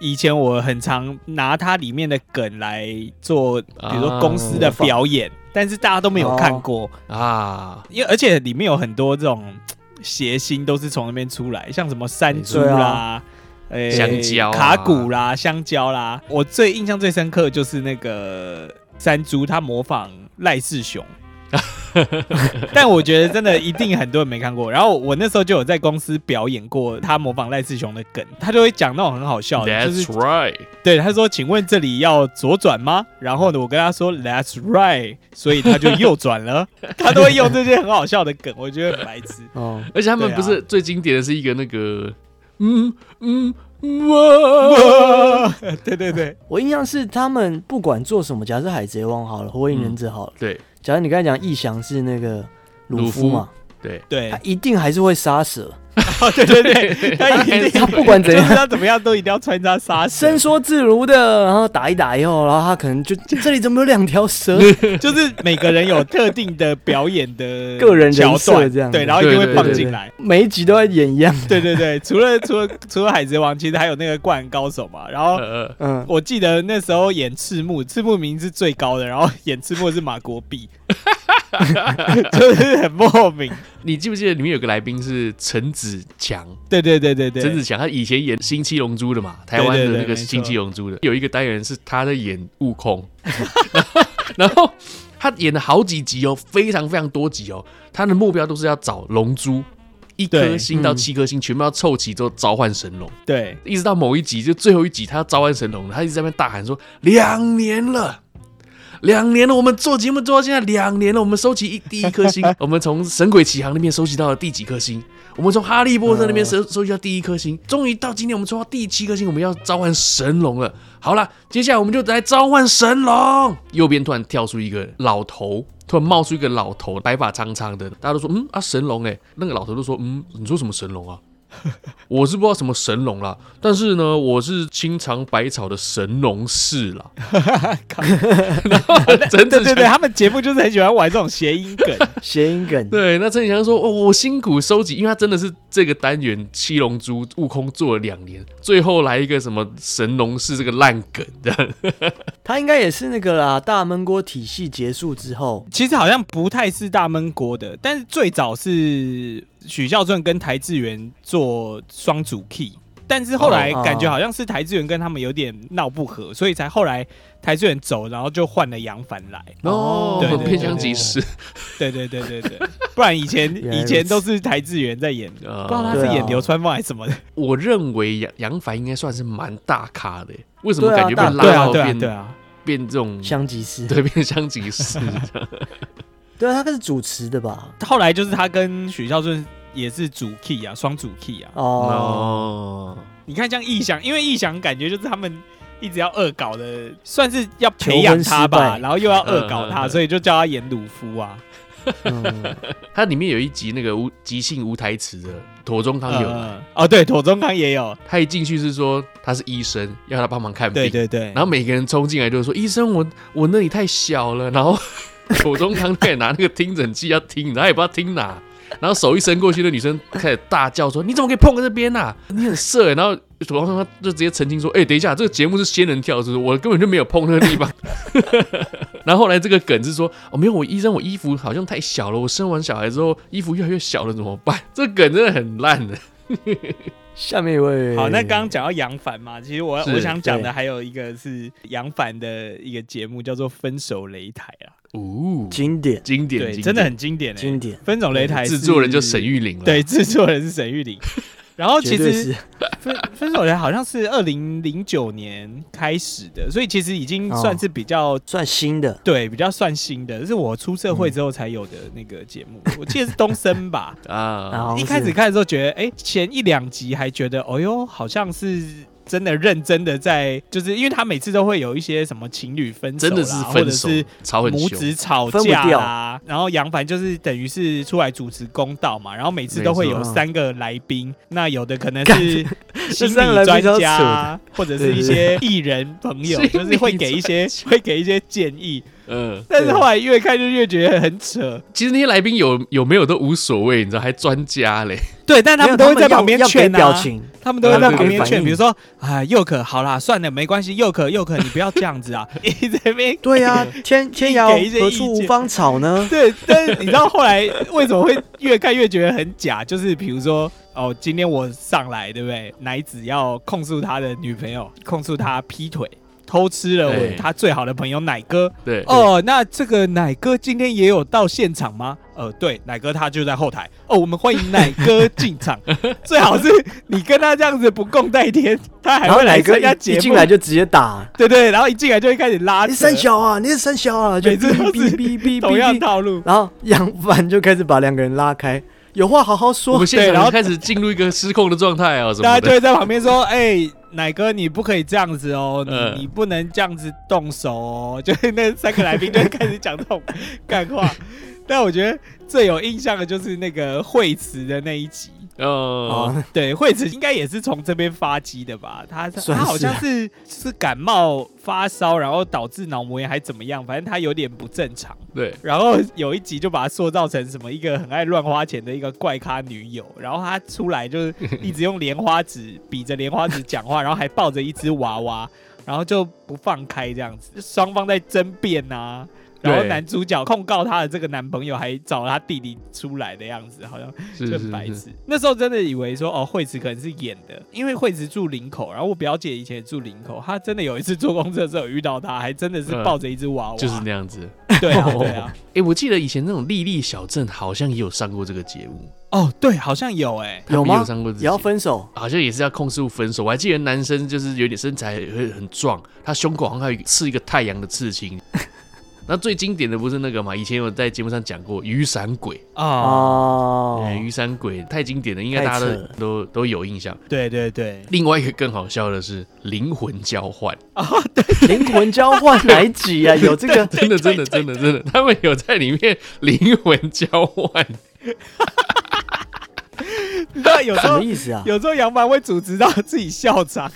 S2: 以前我很常拿它里面的梗来做，比如说公司的
S3: 啊模仿
S2: 表演，但是大家都没有看过，
S1: 啊，
S2: 因为而且里面有很多这种嘖谐星都是从那边出来，像什么山猪
S3: 对
S2: 啦
S3: 啊。
S2: 呃
S1: 香蕉啊
S2: 卡古啦，香蕉啦，我最印象最深刻就是那个山猪，他模仿赖世
S1: *laughs*
S2: 雄，但我觉得真的一定很多人没看过。然后我那时候就有在公司表演过他模仿赖世雄的梗，他就会讲那种很好笑的，就
S1: That's
S2: 是
S1: right，
S2: 对，他说：“请问这里要左转吗？”然后呢，我跟他说：“That's right。”所以他就右转
S3: *laughs*
S2: 了。他都会用这些很好笑的梗，我觉得很白痴。
S3: *laughs* 哦，
S1: 而且他们
S2: 对啊
S1: 不是最经典的是一个那个，嗯嗯嗯哇，
S2: 对对对，
S3: 我印象是他们不管做什么，假设海贼王好了，火影忍者好了，
S1: 对
S3: 假如你刚才讲异翔是那个鲁夫嘛，
S1: 对，
S2: 对
S3: 他，一定还是会杀蛇，
S2: 哦对对
S3: *laughs*
S2: 对，他一定
S3: 他不管怎
S2: 就
S3: 样
S2: 是。他怎么样都一定要穿插杀
S3: 伸
S2: 生，
S3: 缩自如的，然后打一打以后，然后他可能就这里怎么有两条蛇？
S2: 就是每个人有特定的表演的
S3: 个人人
S2: 桥
S3: 设
S2: 段
S3: 这样子
S2: 对，然后一定
S1: 对
S2: 会
S1: 对
S2: 放
S1: 对
S2: 进
S3: 对
S2: 来。
S3: 每一集都在演一样。
S2: 对对对，除了除了除了海贼王，其实还有那个灌篮高手嘛，然后。
S1: 呃，
S3: 嗯，
S2: 我记得那时候演赤木，赤木名是最高的，然后演赤木是马国
S3: *laughs*
S2: 碧，就是很莫名。
S1: 你记不记得里面有个来宾是陈子强？
S2: 对对对对对，
S1: 陈子强他以前演《新七龙珠》的嘛，台湾
S2: 对对
S1: 的
S2: 对
S1: 那个《
S2: 没错
S1: 新七龙珠》的，有一个单元是他在演悟空， *laughs* 然后然后他演了好几集哦，非常非常多集哦，他的目标都是要找龙珠。一颗
S2: 对
S1: 星到
S3: 嗯
S1: 七颗星全部要凑齐之后召唤神龙，
S2: 对
S1: 一直到某一集，就最后一集，他要召唤神龙了，他一直在那边大喊说：“两年了。”两年了，我们做节目做到现在两年了，我们收集一第一颗星，我们从《神鬼奇航》那边收集到了第几颗星，我们从《哈利波特》那边收收集到第一颗星，终于到今天我们抽到第七颗星，我们要召唤神龙了。好了，接下来我们就来召唤神龙。右边突然跳出一个老头，突然冒出一个老头，白发苍苍的，大家都说嗯啊神龙哎、那个老头就说嗯你说什么神龙啊？我是不知道什么神龙啦，但是呢，我是清尝百草的神农氏
S2: *laughs*
S1: 啦。 *laughs* 然后陈
S2: 对
S1: 子
S2: 对
S1: 强
S2: 对，他们节目就是很喜欢玩这种谐音
S3: *laughs*
S2: 梗。
S3: 谐音梗。
S1: 对，那陈启强说：“哦，我辛苦收集，因为他真的是这个单元《七龙珠》悟空做了两年，最后来一个什么神农氏这个烂梗的，
S3: 他应该也是那个啦，大闷锅体系结束之后，
S2: 其实好像不太是大闷锅的，但是最早是许孝顺跟台志源做双主 key，但是后来
S3: 哦哦
S2: 感觉好像是台志源跟他们有点闹不和，所以才后来台志源走，然后就换了杨凡来。
S3: 哦
S1: 对
S2: 对
S1: 偏
S2: 对
S1: 向
S2: 对
S1: 即时。
S2: 对对对对对，不然以前
S3: 原来
S2: 以
S3: 如
S2: 前
S3: 此
S2: 都是台志源在演，不
S1: 呃
S2: 知道他是
S3: 对啊
S2: 演流川枫还是什么的。
S1: 我认为杨杨凡应该算是蛮大咖的，为什么
S3: 对啊
S1: 感觉被
S3: 大
S1: 拉
S2: 对啊
S1: 到
S2: 对啊
S1: 变、
S2: 对啊，
S1: 变这种
S3: 香吉士。
S1: 对变相即时？
S2: *laughs*
S3: 对啊，他是主持的吧？
S2: 后来就是他跟许孝顺也是主 key 啊，双主 key 啊。
S3: 哦，
S1: 哦，
S2: 你看像异想，因为异想感觉就是他们一直要恶搞的，算是要培
S3: 求
S2: 养
S3: 婚
S2: 他
S3: 失
S2: 吧，
S3: 败
S2: 然后又要恶搞
S1: 嗯嗯
S2: 他，
S1: 嗯
S2: 所以就叫他演鲁夫啊。
S3: 嗯
S1: 它里面有一集那个无即兴无台词的，妥中康有来，
S2: 嗯哦，对，妥中康也有，
S1: 他一进去是说他是医生，要他帮忙看病
S2: 对。对对。
S1: 然后每个人冲进来就说：“医生，我我那里太小了。”
S2: *laughs*
S1: 然后左中康开始拿那个听诊器要听，然后也不知道听哪，然后手一伸过去，那女生开始大叫说：“你怎么可以碰这边呐、你很色、欸！”然后左中康就直接澄清说：“哎、等一下，这个节目是仙人跳，是不是？我根本就没有碰那个
S2: *laughs*
S1: 地方。” *laughs* 然后后来这个梗是说：“哦，没有，我医生，我衣服好像太小了，我生完小孩之后衣服越来越小了，怎么办？”这梗真的很烂欸的。
S3: 下面一
S2: *laughs*
S3: 位。
S2: 好，那刚刚讲到杨凡嘛，其实我
S1: 是
S2: 我想讲的
S3: 对
S2: 还有一个是杨凡的一个节目叫做《分手擂台》啊，
S1: 哦，
S3: 经典
S1: 经典，
S2: 对，
S1: 经典
S2: 真的很经典、欸。
S3: 经典，
S2: 分总擂台
S1: 制作人就是沈玉啊玲了，
S2: 对，制作人是沈玉玲。然后哦其
S3: 绝对
S2: 实
S3: 是
S2: 分分手人好像是二零零九年开始的，所以其实已
S3: 哦
S2: 经算是比较、
S3: 算新的，
S2: 对比较算新的，是我出社会
S3: 嗯
S2: 之后才有的那个节目。我记得是东森
S3: *laughs*
S2: 吧，
S3: 然
S1: 啊，
S3: 后
S2: 哦一开始看的时候觉得，哎、前一两集还觉得，哦哟，好像是。真的认真的在，就是因为他每次都会有一些什么情侣分手啦，
S1: 真的是
S2: 或
S1: 分
S2: 者
S1: 手
S2: 是，
S1: 吵哦很
S2: 母
S1: 凶，
S2: 子吵
S3: 分不
S2: 架
S3: 掉
S2: 啦，然后杨凡就是等于是出来主持公道嘛，然后每次都会
S1: 没
S2: 有
S3: 错
S2: 三个来宾，那有的可能是心
S3: 三个
S2: 理
S3: 来
S2: 专
S3: 宾超
S2: 家
S3: 扯
S2: 啊，或者是一些艺人朋友，
S1: 对对对
S2: 就是会给一些会给一些建议，
S1: 嗯，
S2: 但是后来越看就越觉得很扯，
S1: 其实那些来宾有有没有都无所谓，你知道，还专家嘞， *laughs*
S2: 对，但他们
S3: 没
S2: 都
S3: 有
S2: 会在
S3: 要
S2: 旁边
S3: 要给
S2: 劝
S3: 表
S2: 啊。
S3: 情，
S2: 他们都会在旁
S1: 对
S2: 边
S3: 反
S2: 劝，
S3: 应
S2: 比如说，哎，佑可，好啦，算了，没关系，佑可，佑可，你不要这
S1: *laughs*
S2: 样子啊，你在那边
S3: 对
S2: *laughs*
S3: 呀，天天涯
S2: 给一些
S3: 何
S2: 意
S3: 处无
S2: 见
S3: 芳草呢？
S2: 对，但是你知道后来为什么会越看越觉得很假？就是比如说，哦，今天我上来，对不对？奶子要控诉他的女朋友，控诉他劈腿。偷吃了
S1: 对
S2: 我他最好的朋友奶哥
S1: 对，
S2: 哦，那这个奶哥今天也有到现场吗？呃，对，奶哥他就在后台哦，我们欢迎奶哥进
S3: *laughs*
S2: 场，最好是你跟他这样子不共戴天，他 *laughs* 还
S3: 然后
S2: 会来
S3: 奶哥
S2: 参
S3: 一
S2: 加节
S3: 一
S2: 目，
S3: 进来就直接打，
S2: 对对，然后一进来就会开始拉
S3: 你
S2: 扯
S3: 是三小啊，你是三小啊，就
S2: 每
S3: 哔
S2: 次都
S3: 哔
S2: 是
S3: 哔哔
S2: 同样
S3: 哔哔，
S2: 套路，
S3: 然后杨凡就开始把两个人拉开，有话好好
S1: 我
S3: 说
S1: 们。现
S2: 对然
S1: 场
S2: 后
S1: 就开始进入一个失控的状态啊，什
S2: 大
S1: 么
S2: 家就
S1: 的，
S2: 会在旁边说：“哎、奶哥，你不可以这样子哦，你、
S1: 嗯
S2: 你不能这样子动手哦。” *laughs* 就是那三个来宾就会开始讲这种干话。但我觉得最有印象的就是那个惠慈的那一集，
S1: 哦，
S3: 哦，
S2: 对，惠慈应该也是从这边发迹的吧？他他
S3: 算是啊
S2: 好像是是感冒发烧，然后导致脑膜炎还怎么样，反正他有点不正常。
S1: 对，
S2: 然后有一集就把她塑造成什么一个很爱乱花钱的一个怪咖女友，然后她出来就是一直用莲花指比着莲花指讲话，然后还抱着一只娃娃， *laughs* 然后就不放开这样子，双方在争辩呐、然后
S1: 对
S2: 男主角控告她的这个男朋友还找他弟弟出来的样子，好像
S1: 是
S2: 就是很白
S1: 是，
S2: 痴。那时候真的以为说哦，惠子可能是演的，因为惠子住林口，然后我表姐以前也住林口，她真的有一次坐公车的时候有遇到她，还真的是
S1: 嗯
S2: 抱着一只娃娃，
S1: 就是那样子。
S2: 对啊对啊。
S1: 哎、我记得以前那种丽丽小镇好像也有上过这个节目，
S2: 哦，对，好像有哎、
S1: 他们
S3: *laughs* 有吗
S1: 也有上过这个
S3: 也要
S1: 节目，
S3: 分手，
S1: 好像也是要控诉分手。我还记得男生就是有点身材很很壮，他胸口好像还有一刺一个太阳的刺
S2: *laughs*
S1: 青。那最经典的不是那个嘛？以前有在节目上讲过雨伞鬼，
S2: 哦，
S3: *laughs* 哦，
S1: 哎雨伞鬼太经典了，应该大家都
S3: 太扯了
S1: 都都有印象。
S2: 对对对，
S1: 另外一个更好笑的是灵魂交换，
S3: 灵魂交换哪一集啊？有这个
S1: 真的真的真的真的，他们有在里面灵魂交换，
S2: 你知道有时
S3: 什
S2: 候
S3: 么意思啊？
S2: 有时候杨凡会组织到自己校长，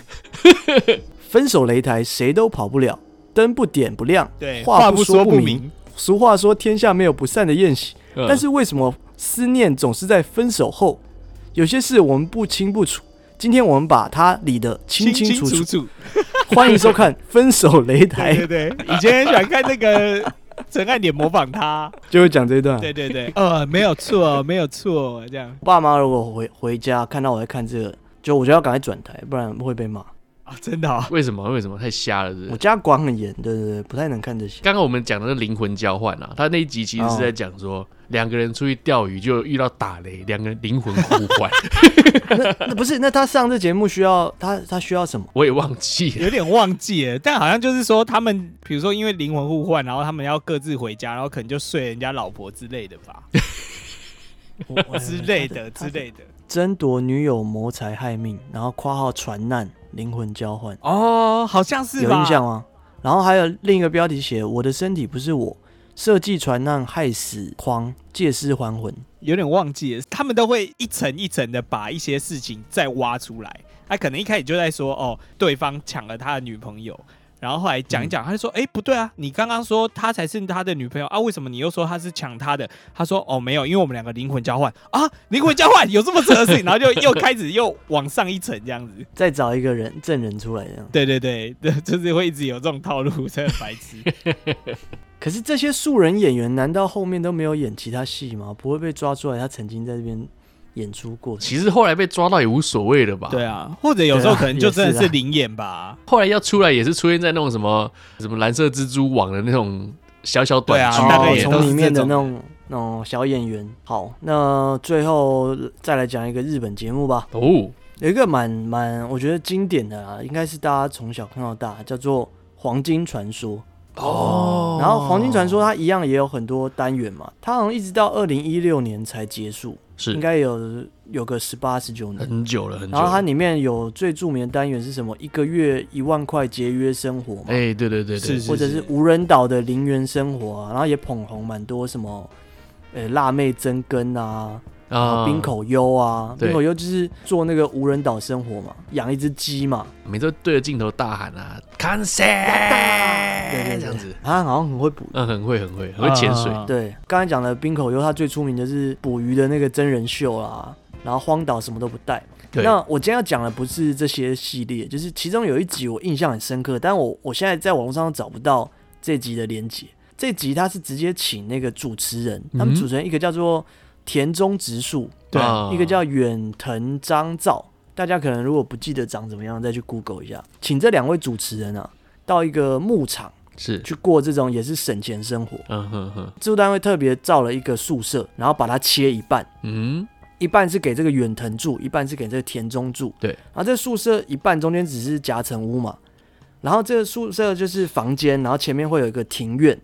S3: 分手擂台谁都跑不了，灯不点不亮，
S2: 对，
S3: 话
S2: 不
S3: 不
S2: 说
S3: 说
S2: 不
S3: 明。，俗话说天下没有不散的宴席，
S1: 嗯
S3: *laughs* 但是为什么思念总是在分手后？有些事我们不清不楚，今天我们把它理得清清楚楚。
S2: 楚。
S3: 欢迎收看《分手擂台
S2: 对》，对对，以前很喜欢看那个陈汉典模仿
S3: *laughs*
S2: 他，
S3: 就会讲这一段。
S2: 对对对，呃，没有错，没有错，这样
S3: 我爸妈如果回回家看到我在看这个，就我就要赶快转台，不然会被骂。
S2: 啊、真的、哦，
S1: 为什么为什么太瞎了是不是
S3: 我家管很严，对对对，不太能看这些。
S1: 刚刚我们讲的是灵魂交换啊，他那一集其实是
S3: 哦
S1: 在讲说，两、个人出去钓鱼就遇到打雷，两个人灵魂互换， *laughs*
S3: 那不是，那他上这节目需要他他需要什么？
S1: 我也忘记了。
S2: 有点忘记了，但好像就是说他们，比如说因为灵魂互换，然后他们要各自回家，然后可能就睡人家老婆之类的
S3: *laughs*
S2: 吧，之类的之类的。
S3: 争夺女友谋财害命，然后括号船难灵魂交换，
S2: 哦，好像是
S3: 有
S2: 吧？
S3: 印象吗？然后还有另一个标题写“我的身体不是我”，设计船难害死狂，借尸还魂。
S2: 有点忘记了，他们都会一层一层的把一些事情再挖出来。他可能一开始就在说，哦，对方抢了他的女朋友，然后后来讲一讲，他就说，哎、不对啊，你刚刚说他才是他的女朋友啊，为什么你又说他是抢他的？他说，哦，没有，因为我们两个灵魂交换啊，灵魂交换有这么扯的事情，然后就又开始又往上一层这样子。
S3: 再找一个人证人出来这样。
S2: 对对对，对，就是会一直有这种套路，真的白
S3: *laughs*
S2: 痴。
S3: 可是这些素人演员，难道后面都没有演其他戏吗？不会被抓出来？他曾经在这边演出过，
S1: 其实后来被抓到也无所谓了吧？
S2: 对，啊，或者有时候
S3: 对啊
S2: 可能就真的
S3: 也是
S2: 是
S3: 啊
S2: 灵眼吧。
S1: 后来要出来也是出现在那种什么什么蓝色蜘蛛网的那种小小短
S2: 对啊
S1: 剧，
S2: 大概也都
S3: 哦从
S2: 是
S3: 里面的
S2: 这
S3: 那
S2: 种
S3: 种那种小演员。好，那最后再来讲一个日本节目吧，
S1: 哦，
S3: 有一个蛮蛮我觉得经典的啦，应该是大家从小看到大，叫做《黄金传说》。
S1: 哦
S3: 然后《黄金传说》它一样也有很多单元嘛，它好像一直到二零一六年才结束，应
S1: 是
S3: 该有有个十八十九年。
S1: 很久了，很久
S3: 然后它
S1: 了。
S3: 里面有最著名的单元是什么？一个月一万块节约生活嘛，
S1: 哎，对对对对
S2: 是，
S3: 或者是无人岛的零元生活啊。然后也捧红蛮多什么，呃、辣妹增根啊，
S1: 啊，
S3: 冰口优啊，
S1: 对
S3: 冰口优就是做那个无人岛生活嘛，养一只鸡嘛，
S1: 每次都对着镜头大喊啊
S3: 对对
S1: ，Cancer，
S3: 对
S1: 这样子，
S3: 他好像很会捕
S1: 嗯，很会很会，很会潜水，
S2: 啊
S3: 对，刚才讲的冰口优，他最出名的是捕鱼的那个真人秀啦，然后荒岛什么都不带。
S1: 对，
S3: 那我今天要讲的不是这些系列，就是其中有一集我印象很深刻，但我我现在在网络上找不到这集的连接。这集他是直接请那个主持人，他
S1: 嗯
S3: 们主持人一个叫做田中直树，
S2: 对
S1: 啊
S3: 一个叫远藤章造。大家可能如果不记得长怎么样，再去 Google 一下，请这两位主持人啊到一个牧场
S1: 是，
S3: 去过这种也是省钱生活。
S1: 嗯哼哼，
S3: 制作单位特别造了一个宿舍，然后把它切一半，
S1: 嗯，
S3: 一半是给这个远藤住，一半是给这个田中住。
S1: 对
S3: 然后这个宿舍一半中间只是夹层屋嘛，然后这个宿舍就是房间，然后前面会有一个庭院，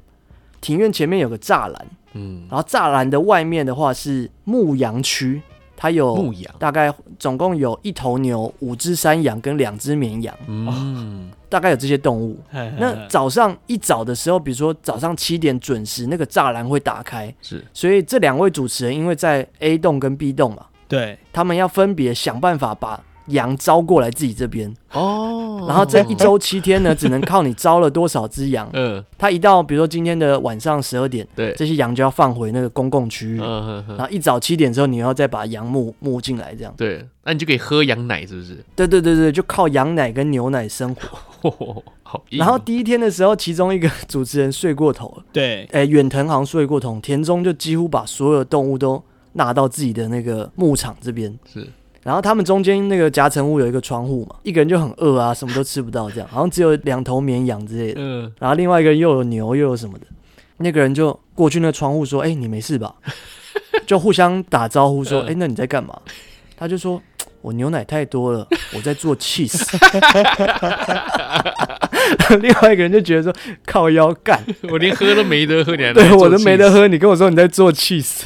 S3: 庭院前面有个栅栏，
S1: 嗯，
S3: 然后栅栏的外面的话是牧羊区，它有
S1: 牧羊，
S3: 大概总共有一头牛、五只山羊跟两只绵羊，
S1: 嗯，
S3: 大概有这些动物。那早上一早的时候，比如说早上七点准时，那个栅栏会打开，
S1: 是，
S3: 所以这两位主持人因为在 A 栋跟 B 栋嘛，
S2: 对
S3: 他们要分别想办法把羊招过来自己这边，
S1: 哦，
S3: 然后这一，周七天呢，只能靠你招了多少只羊。
S1: 嗯，
S3: 他一到比如说今天的晚上十二点，
S1: 对，
S3: 这些羊就要放回那个公共区域，然
S1: 嗯哼哼，
S3: 后一早七点之后，你要再把羊牧牧进来，这样。
S1: 对，那你就可以喝羊奶，是不是？ *laughs*
S3: 对对对对，就靠羊奶跟牛奶生活。
S1: 好硬哦，
S3: 然后第一天的时候，其中一个主持人睡过头了，
S2: 对
S3: 诶，远藤好像睡过头，田中就几乎把所有的动物都纳到自己的那个牧场这边。
S1: 是，
S3: 然后他们中间那个夹层屋有一个窗户嘛，一个人就很饿啊，什么都吃不到，这样好像只有两头绵羊之类的。
S1: 嗯，
S3: 然后另外一个人又有牛又有什么的，那个人就过去那窗户说：“哎、你没事吧？” *laughs* 就互相打招呼说：“
S1: 嗯
S3: 哎、那你在干嘛？”他就说：“我牛奶太多了，我在做 cheese。” *laughs* 另外一个人就觉得说：“靠腰干，
S1: 我连喝都没得喝，你还
S3: 对
S1: 来
S3: 我
S1: 做
S3: 都没得
S1: cheese
S3: 喝，你跟我说你在做 cheese。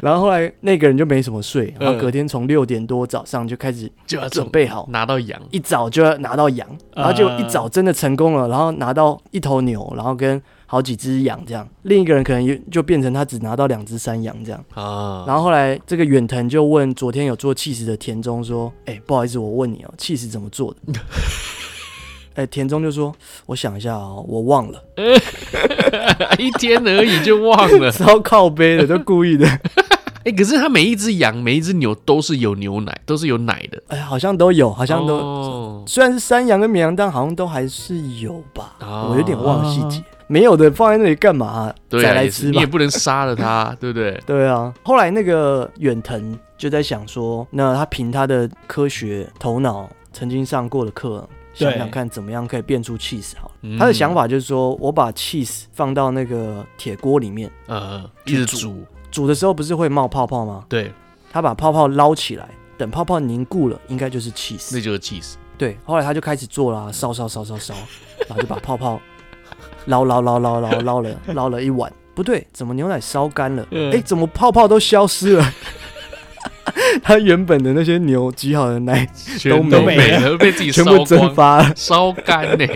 S3: 然后后来那个人就没什么睡，然后隔天从六点多早上就开始
S1: 嗯就要
S3: 准
S1: 准备
S3: 备好，
S1: 拿到羊，
S3: 一早就要拿到羊，然后结果一早
S1: 嗯
S3: 真的成功了，然后拿到一头牛，然后跟好几只羊这样。另一个人可能也就变成他只拿到两只山羊这样。
S1: 啊，
S3: 然后后来这个远藤就问昨天有做 cheese 的田中说：“哎、不好意思，我问你哦，cheese 怎么做的？” *laughs* 哎、田中就说：“我想一下哦，我忘了，
S1: *laughs* 一天而已就忘了。
S3: *laughs* 超靠背的，都故意的。”
S1: 哎、可是它每一只羊、每一只牛都是有牛奶，都是有奶的，
S3: 哎，好像都有，好像都、
S1: 哦、
S3: 虽然是山羊跟绵羊，但好像都还是有吧。
S1: 哦
S3: 我有点忘了细节，没有的放在那里干嘛、
S1: 对
S3: 再
S1: 啊，
S3: 来
S1: 也是
S3: 吃
S1: 你
S3: 吧
S1: 也。不能杀了
S3: *laughs*
S1: 它，对不对？
S3: 对啊，后来那个远藤就在想说，那他凭他的科学头脑曾经上过的课，
S2: 对
S3: 想想看怎么样可以变出 cheese 好了。
S1: 嗯
S3: 他的想，法就是说，我把 cheese 放到那个铁锅里面
S1: 呃，一直
S3: 去煮
S1: 煮，
S3: 煮的时候，不是会冒泡泡吗？
S1: 对，
S3: 他把泡泡捞起来，等泡泡凝固了，应该就是 cheese
S1: 那。就是 cheese，
S3: 对，后来他就开始做啦，烧烧烧烧烧， *laughs* 然后就把泡泡捞捞捞捞捞捞了捞了一碗，不对，怎么牛奶烧干了？
S1: 嗯
S3: 哎，怎么泡泡都消失了？ *laughs* 他原本的那些牛挤好的
S1: *laughs*
S3: 奶
S1: 全
S3: 都
S1: 都
S2: 没
S1: 没
S3: *laughs*
S1: 了，被自己
S3: 全
S1: 烧
S3: 部蒸
S1: 光，
S3: 发
S1: *laughs*
S3: 了。
S1: 烧干
S3: *laughs*
S1: 呢。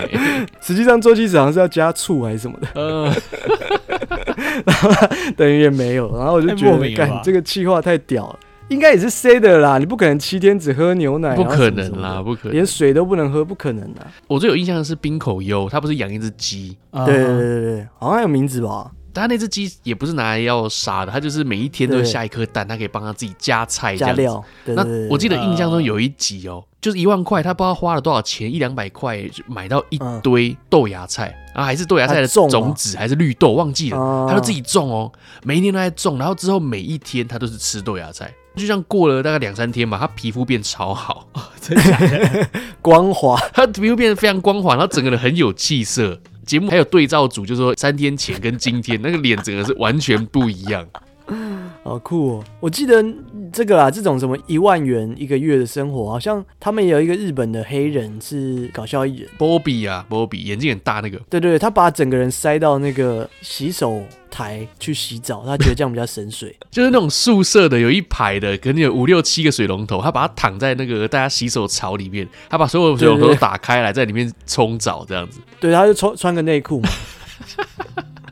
S3: 实际上做鸡翅好像是要加醋还是什么的， *laughs*
S1: 呃，
S3: 等于也没有。然后我就
S2: 太
S3: 觉
S2: 莫
S3: 得，
S2: 名了吧
S3: 干这个气话太屌了，应该也是 C 的啦，你不可能七天只喝牛奶，
S1: 不
S3: 然后
S1: 可
S3: 什么什
S1: 能
S3: 么的
S1: 啦，，不可能
S3: 连。水都不能喝，不可能啊的。
S1: 我最有印象的是冰口优，它不是养一只鸡，
S2: 啊
S3: 对对对对对，好像有名字吧？
S1: 但它那只鸡也不是拿来要杀的，它就是每一天都
S3: 对
S1: 下一颗蛋，它可以帮它自己加菜哎这
S3: 加
S1: 样子。
S3: 料。对对
S1: 那
S3: 对对嗯
S1: 我记得
S2: 对
S1: 印象中有一集哦，就是一万块，他不知道花了多少钱，一两百块就买到一
S3: 嗯
S1: 堆豆芽菜啊，还是豆芽菜的
S3: 他种吗
S1: 种子还是绿豆，忘记了，
S3: 哦
S1: 他就自己种哦，每一年都在种，然后之后每一天他都是吃豆芽菜，就这样过了大概两三天吧，他皮肤变超好， *laughs*
S2: 真假的
S3: 光滑， *laughs*
S1: 他皮肤变得非常光滑，然后整个人很有气色，节目还有对照组，就说三天前跟今天那个脸整个是完全不一样。
S3: 好酷哦！我记得这个啦，啊这种什么一万元一个月的生活，好像他们也有一个日本的黑人是搞笑艺人，
S1: 波比啊，波比眼睛很大那个，
S3: 对对对，他把整个人塞到那个洗手台去洗澡，他觉得这样比较省水。 *laughs*
S1: 就是那种宿舍的有一排的，可能有五六七个水龙头，他把它躺在那个大家洗手槽里面，他把所有水龙头
S3: 对
S1: 都
S3: 对对
S1: 打开来，在里面冲澡这样子。
S3: 对，他就穿穿个内裤嘛，
S1: *laughs*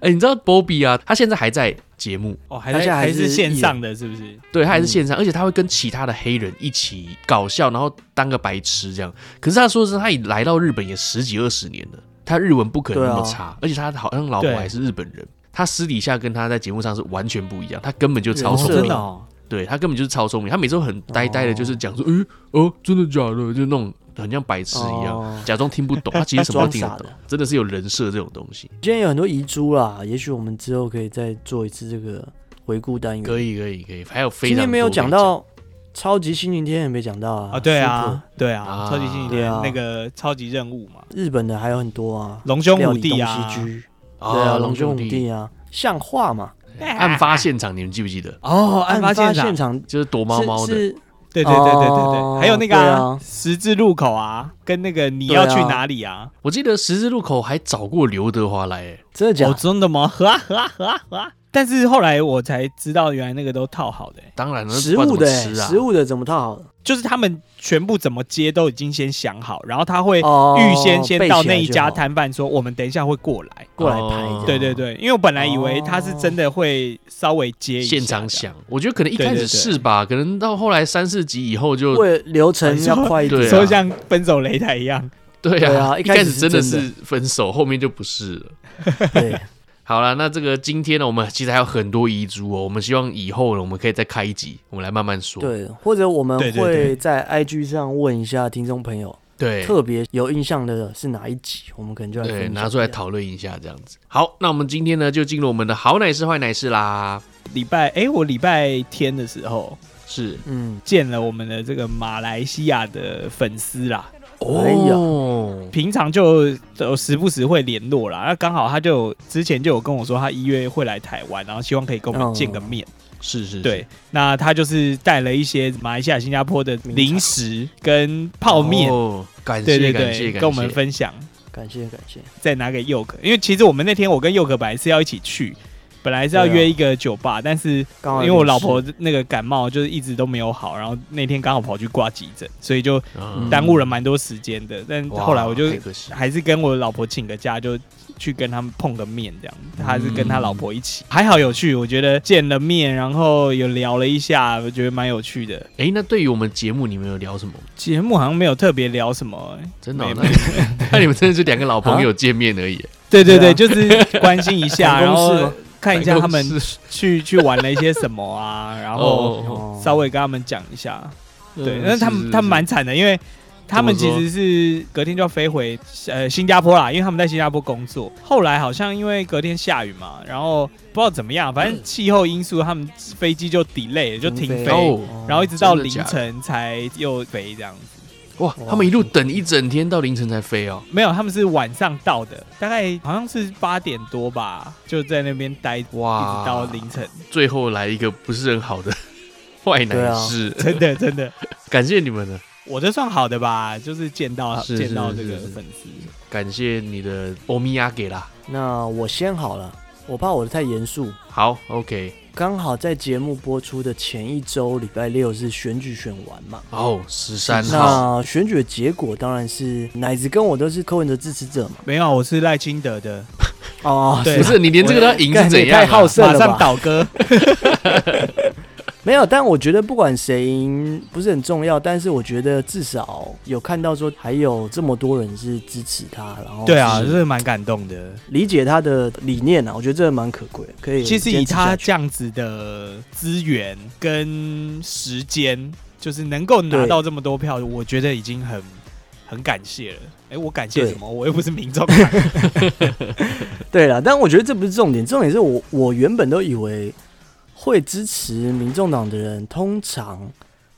S1: 哎、你知道波比啊，他现在还在节目，
S2: 哦，还
S3: 而且
S2: 在
S3: 还
S2: 还
S3: 是
S2: 是线上的，是不是？
S1: 对他还是线上，而且他会跟其他的黑人一起搞笑，然后当个白痴这样。可是他说是他已来到日本也十几二十年了，他日文不可能那么
S3: 对啊
S1: 差，而且他好像老婆
S2: 对
S1: 还是日本人。他私底下跟他在节目上是完全不一样，他根本就超
S3: 哦
S2: 哦
S1: 聪
S3: 是
S1: 明
S2: 真的，哦，
S1: 对他根本就是超聪明，他每次都很呆呆的，就是讲说，诶、哦，真的假的，就那种很像白痴一样，
S3: 哦
S1: 假装听不懂，他其实什么都听得
S3: 装傻
S1: 懂
S3: 的，
S1: 真的是有人设这种东西。
S3: 今天有很多遗珠啦，也许我们之后可以再做一次这个回顾单元。
S1: 可以，可以，可以，还有非
S3: 今
S1: 常
S3: 天没
S1: 多
S3: 有
S1: 可以
S3: 讲到超级星期天，也没讲到啊。
S2: 啊，对啊
S3: Super，，
S2: 对
S1: 啊
S2: 啊，超级星期
S3: 对
S2: 天
S3: 啊
S2: 那个超级任务嘛，
S3: 日本的还有很多啊，
S2: 龙兄
S3: 料
S2: 虎
S3: 理东
S2: 弟
S3: 西
S2: 啊，
S3: 居，
S1: 啊
S3: 对啊，龙
S1: 龙
S3: 兄
S1: 兄
S3: 虎弟啊，像话嘛。
S2: 啊
S1: 案发现场，你们记不记得？
S2: 哦，案
S3: 案
S2: 发现场
S3: 现，场
S1: 就是躲猫猫的，
S3: 啊是是
S2: 对对对对对
S3: 哦
S2: 对，还有那个
S3: 对啊
S2: 啊十字路口啊，跟那个你要去
S3: 对啊
S2: 哪里啊？
S1: 我记得十字路口还找过刘德华来、欸，
S3: 真的假
S2: 哦，
S3: 的？
S2: 真的吗？ *laughs* 呵啊呵啊呵啊呵啊！但是后来我才知道，原来那个都套好的欸，
S1: 当然了，
S3: 食
S1: 不
S3: 物
S1: 管
S3: 的、欸
S1: 怎么吃啊，
S3: 食物的怎么套好的？
S2: 就是他们全部怎么接都已经先想好，然后他会
S3: 哦，
S2: 预先先到
S3: 背起来
S2: 那一
S3: 就
S2: 家
S3: 好
S2: 摊贩说，我们等一下会过来。
S3: 过来拍
S1: 哦
S3: 的。
S2: 对对对，因为我本来以为他是真的会稍微接一下
S1: 现场
S3: 啊
S1: 想，我觉得可能一
S2: 对
S1: 开始
S2: 对对
S1: 是吧，可能到后来三四集以后就
S3: 为了流
S2: *laughs*
S3: 程要快一
S1: 对
S3: 点。
S1: 啊
S2: 说像分手擂台一样，
S1: 对
S3: 对
S1: 啊，
S3: 啊
S1: 一
S3: 一开
S1: 开
S3: 始
S1: 始
S3: 是
S1: 真的
S3: 真的
S1: 是分手，后面就不是了。
S3: 对，
S1: 好了，那这个今天呢，我们其实还有很多遗珠哦。我们希望以后呢，我们可以再开一集，我们来慢慢说。
S3: 对，或者我们
S2: 对对
S3: 会
S2: 对
S3: 在 IG 上问一下听众朋友，
S1: 对
S3: 特别有印象的是哪一集，我们可能就来分
S1: 对，
S3: 享
S1: 拿出来
S3: 一下。
S1: 讨论一下这样子。好，那我们今天呢，就进入我们的好奶事坏奶事啦。
S2: 礼拜哎、我礼拜天的时候
S1: 是
S3: 嗯，
S2: 见了我们的这个马来西亚的粉丝啦，
S3: 哎呀
S1: 哦，
S2: 平常就有时不时会联络啦。那刚好他就有之前就有跟我说，他一月会来台湾，然后希望可以跟我们见个面。
S1: 是哦是，
S2: 对，那他就是带了一些马来西亚、新加坡的零食跟泡面，
S1: 哦，感
S2: 对
S1: 谢
S2: 对
S1: 感谢感
S2: 对，
S1: 谢，
S2: 跟我们分享。
S3: 感谢感谢。
S2: 再拿给佑可，因为其实我们那天我跟佑可本来是要一起去，本来是要约一个酒吧，但是
S3: 嗯刚好
S2: 因为我
S3: 有点
S2: 老
S3: 事
S2: 婆那个感冒就是一直都没有好，然后那天刚好跑去挂急诊，所以就
S1: 嗯
S2: 耽误了蛮多时间的。但
S1: 哇
S2: 后来我就
S1: 太可惜
S2: 还是跟我老婆请个假，就去跟他们碰个面，这样。
S3: 嗯
S2: 他是跟他老婆一起，还好有去，我觉得见了面，然后有聊了一下，我觉得蛮有趣的。
S1: 哎，那对于我们节目，你们有聊什么？
S2: 节目好像没有特别聊什么、欸
S1: 真的哦，
S2: 没
S1: 那你们 *laughs* 那你们真的是两个老朋友见面而
S2: *laughs*
S1: 已。
S2: 对对
S3: 对
S2: 对，
S3: 啊
S2: 就是关心一下，
S3: *laughs* 办
S2: 然
S3: 公室吗
S2: 后看一下他们
S1: 办公室
S2: 去 *laughs* 去玩了一些什么啊，然
S1: *laughs*
S2: 后
S1: 哦，嗯
S3: 哦
S2: 稍微跟他们讲一下。对，那他
S1: 是
S2: 们他们蛮惨的，因为他们
S1: 怎
S2: 其
S1: 么说
S2: 实是隔天就要飞回呃新加坡啦，因为他们在新加坡工作。后来好像因为隔天下雨嘛，然后不知道怎么样，反正气候因素，他们飞机就 delay 了就停
S3: 停
S2: 飞
S3: 飞，
S1: 哦
S2: 然后一直到
S1: 真的
S2: 凌
S1: 假的
S2: 晨才又飞这样子。
S1: 哇
S3: 哇，
S1: 他们一路等一整天到凌晨才飞哦。
S2: 没有，他们是晚上到的，大概好像是八点多吧，就在那边待，一直
S1: 哇，
S2: 到凌晨。 *laughs*
S1: 最后来一个不是很好的 *laughs* 坏男士，
S3: 啊
S2: 真的真的，
S1: 感谢你们了，
S2: 我这算好的吧，就是见到
S1: 是
S2: 见到
S1: 是
S2: 这个
S1: 是是
S2: 粉丝。
S1: 感谢你的欧米亚给啦。
S3: 那我先好了，我怕我的太严肃。
S1: 好，OK，
S3: 刚好在节目播出的前一周，礼拜六是选举选完嘛。
S1: 哦，十三号，
S3: 那选举的结果当然是奶子跟我都是柯文哲支持者嘛。
S2: 没有，我是赖清德的，
S3: 哦，
S2: 对
S1: 不是你连这个都要赢
S3: 干
S1: 是
S3: 你
S1: 怎
S3: 太
S1: 样啊
S3: 好？胜
S2: 马
S3: 了
S2: 上
S3: 吧？
S2: 倒
S3: *laughs*
S2: 戈。
S3: 没有，但我觉得不管谁赢不是很重要，但是我觉得至少有看到说还有这么多人是支持他，然后
S2: 对啊，
S3: 哦是
S2: 就是蛮感动的。
S3: 理解他的理念啊，我觉得这个蛮可贵的，可以
S2: 其实以
S3: 坚持下
S2: 他
S3: 去
S2: 这样子的资源跟时间，就是能够拿
S3: 对
S2: 到这么多票，我觉得已经很很感谢了。哎，我感谢
S3: 对
S2: 什么？我又不是民
S3: *laughs*
S2: 众。
S3: 对了，但我觉得这不是重点，重点是我我原本都以为会支持民众党的人，通常